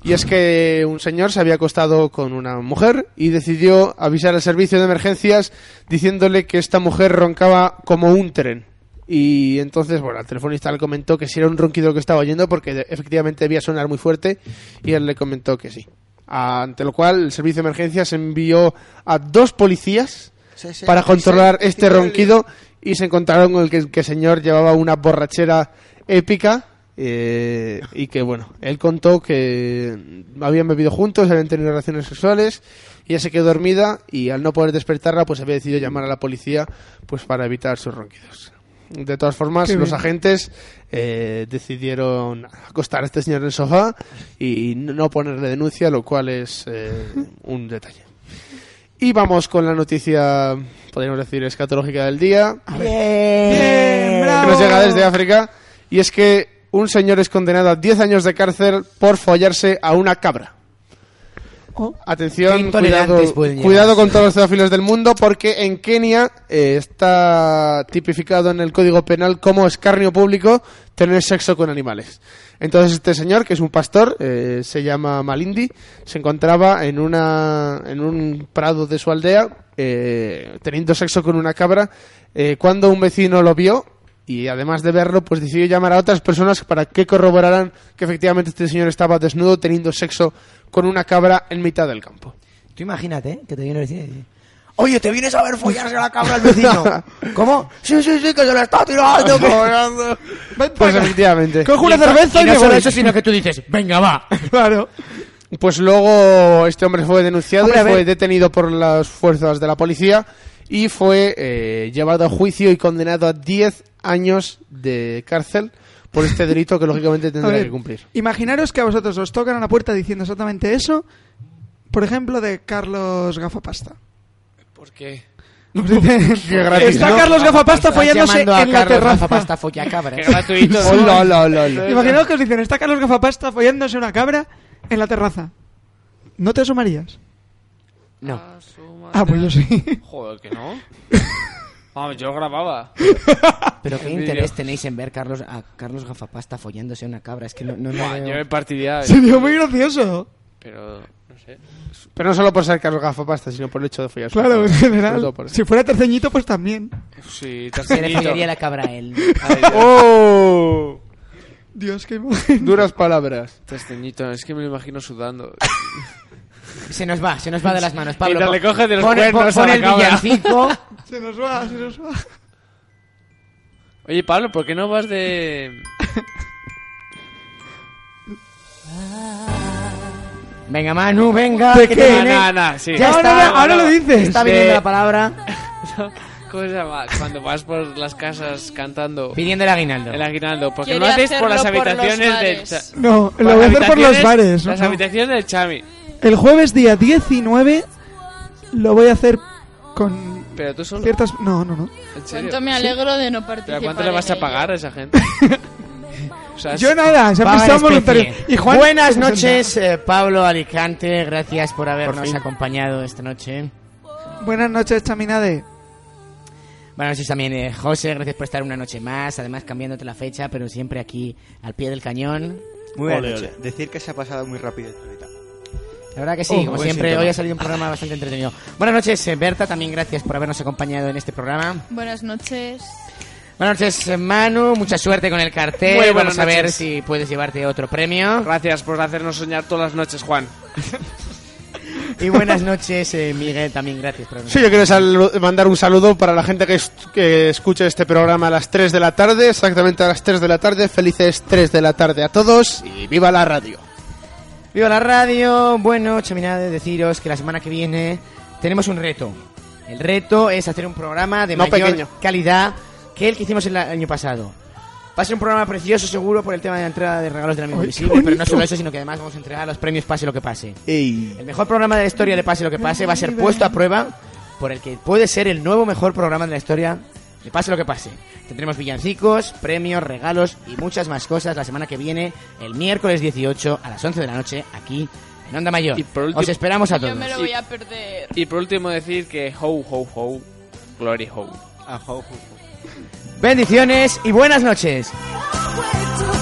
Speaker 6: Y es que un señor se había acostado con una mujer y decidió avisar al servicio de emergencias diciéndole que esta mujer roncaba como un tren. Y entonces, bueno, el telefonista le comentó que si era un ronquido lo que estaba oyendo porque de- efectivamente debía sonar muy fuerte y él le comentó que sí. Ah, Ante lo cual, el servicio de emergencias envió a dos policías
Speaker 7: Sí, sí.
Speaker 6: para controlar
Speaker 7: Sí, sí,
Speaker 6: este
Speaker 7: sí,
Speaker 6: ronquido y se encontraron con el que, que el señor llevaba una borrachera épica eh, y que bueno, él contó que habían bebido juntos, habían tenido relaciones sexuales y ella se quedó dormida y al no poder despertarla pues había decidido llamar a la policía pues para evitar sus ronquidos. De todas formas,
Speaker 7: Qué
Speaker 6: los
Speaker 7: bien.
Speaker 6: agentes eh, decidieron acostar a este señor en el sofá y no ponerle denuncia, lo cual es eh, un detalle. Y vamos con la noticia, podríamos decir, escatológica del día. Que nos llega desde África. Y es que un señor es condenado a 10 años de cárcel por follarse a una cabra.
Speaker 3: Qué
Speaker 7: Oh.
Speaker 6: Atención,
Speaker 3: intolerantes
Speaker 6: cuidado,
Speaker 3: pueden llegar.
Speaker 6: cuidado con todos los pedófilos del mundo, porque en Kenia eh, está tipificado en el Código Penal como escarnio público tener sexo con animales. Entonces este señor, que es un pastor, eh, se llama Malindi, se encontraba en, una, en un prado de su aldea eh, teniendo sexo con una cabra eh, cuando un vecino lo vio y además de verlo, pues decidió llamar a otras personas para que corroboraran que efectivamente este señor estaba desnudo teniendo sexo con una cabra en mitad del campo.
Speaker 3: Tú imagínate ¿eh? que te viene el vecino y dice, Oye, te vienes a ver follarse a la cabra al vecino. ¿Cómo? Sí, sí, sí, que se la está tirando. cobrando.
Speaker 6: Pues efectivamente.
Speaker 3: Coge una Y no- cerveza y y no me solo voy. eso, sino que
Speaker 6: tú dices, venga, va. Claro. Pues luego este hombre fue denunciado
Speaker 3: Hombre,
Speaker 6: y
Speaker 3: a ver.
Speaker 6: fue detenido por las fuerzas de la policía y fue eh, llevado a juicio y condenado a 10 años de cárcel por este delito que lógicamente
Speaker 4: A
Speaker 6: tendrá
Speaker 4: ver,
Speaker 6: que cumplir.
Speaker 4: Imaginaros que a vosotros os tocan a la puerta diciendo exactamente eso, por ejemplo, de Carlos Gafapasta.
Speaker 8: ¿Por qué?
Speaker 4: Os dicen,
Speaker 6: Qué gratis,
Speaker 4: Está
Speaker 6: ¿no?
Speaker 4: Carlos Gafapasta
Speaker 6: Estás
Speaker 4: follándose en
Speaker 6: llamando a
Speaker 4: la
Speaker 6: Carlos
Speaker 4: terraza.
Speaker 6: Gafapasta
Speaker 3: follacabra.
Speaker 6: Qué gratuito, ¿no? Hola, hola, hola, hola.
Speaker 4: Imaginaos que os dicen, está Carlos Gafapasta follándose una cabra en la terraza. ¿No te asomarías?
Speaker 3: No.
Speaker 4: Ah, pues yo sí.
Speaker 8: Joder, que no. Vamos, yo grababa.
Speaker 3: Pero qué
Speaker 8: El
Speaker 3: interés
Speaker 8: vídeo.
Speaker 3: tenéis en ver Carlos, a Carlos Gafapasta follándose a una cabra. Es que no, no, no
Speaker 8: Buah,
Speaker 3: veo-
Speaker 8: yo me partiría.
Speaker 4: Sería muy gracioso.
Speaker 8: Pero, no sé.
Speaker 6: Pero no solo por ser Carlos Gafapasta, sino por el hecho de follarse.
Speaker 4: Claro, en
Speaker 6: Pues Sobre
Speaker 4: general.
Speaker 6: todo por eso.
Speaker 4: Si fuera terceñito, pues también.
Speaker 8: Sí,
Speaker 3: Se le follaría la cabra a él.
Speaker 6: ¡Oh!
Speaker 4: Dios, qué imagen.
Speaker 6: Duras palabras.
Speaker 8: Trasceñito, es que me lo imagino sudando.
Speaker 3: Se nos va, se nos va de las manos. Pablo,
Speaker 8: Mientras le
Speaker 3: pon-
Speaker 8: coge de los
Speaker 3: pon el-
Speaker 8: cuernos a
Speaker 3: pon
Speaker 8: la
Speaker 3: el
Speaker 8: cabra.
Speaker 3: villancico.
Speaker 4: Se nos va, se nos va.
Speaker 8: Oye, Pablo, ¿por qué no vas de.
Speaker 3: Venga, Manu, venga.
Speaker 8: ¿De
Speaker 3: que
Speaker 8: qué?
Speaker 3: te viene.
Speaker 8: No, no, no, sí.
Speaker 3: Ya
Speaker 8: Ahora-
Speaker 3: está.
Speaker 8: ahora lo dices.
Speaker 3: Está viniendo
Speaker 8: De-
Speaker 3: la palabra.
Speaker 8: ¿Cómo se llama? Cuando vas por las casas cantando.
Speaker 3: Pidiendo el aguinaldo.
Speaker 8: El aguinaldo, porque
Speaker 5: Quiere
Speaker 8: lo haces por las
Speaker 5: hacerlo por los
Speaker 8: habitaciones del.
Speaker 5: bares.
Speaker 8: Cha-
Speaker 4: No,
Speaker 8: por
Speaker 4: lo voy a
Speaker 8: las
Speaker 4: hacer por los
Speaker 8: habitaciones-
Speaker 4: bares.
Speaker 8: Las
Speaker 4: no.
Speaker 8: habitaciones del Chami.
Speaker 4: El jueves día 19 lo voy a hacer con
Speaker 8: Pero tú solo.
Speaker 4: ciertas... No, no, no.
Speaker 8: ¿En serio?
Speaker 5: Cuánto me alegro de no
Speaker 8: ¿Pero
Speaker 5: participar.
Speaker 8: cuánto le vas
Speaker 5: en
Speaker 8: a
Speaker 5: ello.
Speaker 8: pagar a esa gente? O sea,
Speaker 4: Yo
Speaker 8: es-
Speaker 4: nada, se ha
Speaker 3: Paga
Speaker 4: prestado
Speaker 3: en especie.
Speaker 4: voluntario. Y Juan-
Speaker 3: Buenas
Speaker 4: 60.
Speaker 3: noches, eh, Pablo Alicante. Gracias por habernos
Speaker 4: fin.
Speaker 3: acompañado esta noche.
Speaker 4: Buenas noches, Chaminade.
Speaker 3: Buenas noches también, eh, José. Gracias por estar una noche más. Además, cambiándote la fecha, pero siempre aquí al pie del cañón.
Speaker 7: Muy buena noche. Decir que se ha pasado muy rápido el planeta.
Speaker 3: La verdad que sí,
Speaker 7: Oh,
Speaker 3: como
Speaker 7: buen
Speaker 3: siempre,
Speaker 7: síntoma.
Speaker 3: hoy ha salido un programa bastante entretenido. Buenas noches, eh, Berta. También gracias por habernos acompañado en este programa.
Speaker 5: Buenas noches.
Speaker 3: Buenas noches, eh, Manu. Mucha suerte con el cartel.
Speaker 8: Muy buenas
Speaker 3: Vamos a ver
Speaker 8: noches.
Speaker 3: si puedes llevarte otro premio.
Speaker 8: Gracias por hacernos soñar todas las noches, Juan.
Speaker 3: Y buenas noches, eh, Miguel. También gracias por habernos
Speaker 6: Sí, yo quiero salu- mandar un saludo para la gente que, es- que escucha este programa a las 3 de la tarde, exactamente a las 3 de la tarde. Felices 3 de la tarde a todos y viva la radio.
Speaker 3: Viva la radio. Bueno, Chaminade, deciros que la semana que viene tenemos un reto. El reto es hacer un programa de
Speaker 6: No
Speaker 3: mayor
Speaker 6: pequeño.
Speaker 3: calidad que el que hicimos el a- año pasado. Va a ser un programa precioso, seguro, por el tema de la entrada de regalos del amigo invisible, pero no solo eso, sino que además vamos a entregar los premios Pase lo que pase. El mejor programa de la historia de Pase lo que pase va a ser puesto a prueba por el que puede ser el nuevo mejor programa de la historia de Pase lo que pase. Tendremos villancicos, premios, regalos y muchas más cosas la semana que viene, el miércoles 18 a las 11 de la noche, aquí en Onda Mayor.
Speaker 8: Y por último-
Speaker 3: Os esperamos a
Speaker 8: Yo
Speaker 3: todos.
Speaker 5: Me lo voy a perder.
Speaker 8: Y por último decir que ho, ho, ho, glory ho.
Speaker 3: Ah, Bendiciones y buenas noches.
Speaker 13: Too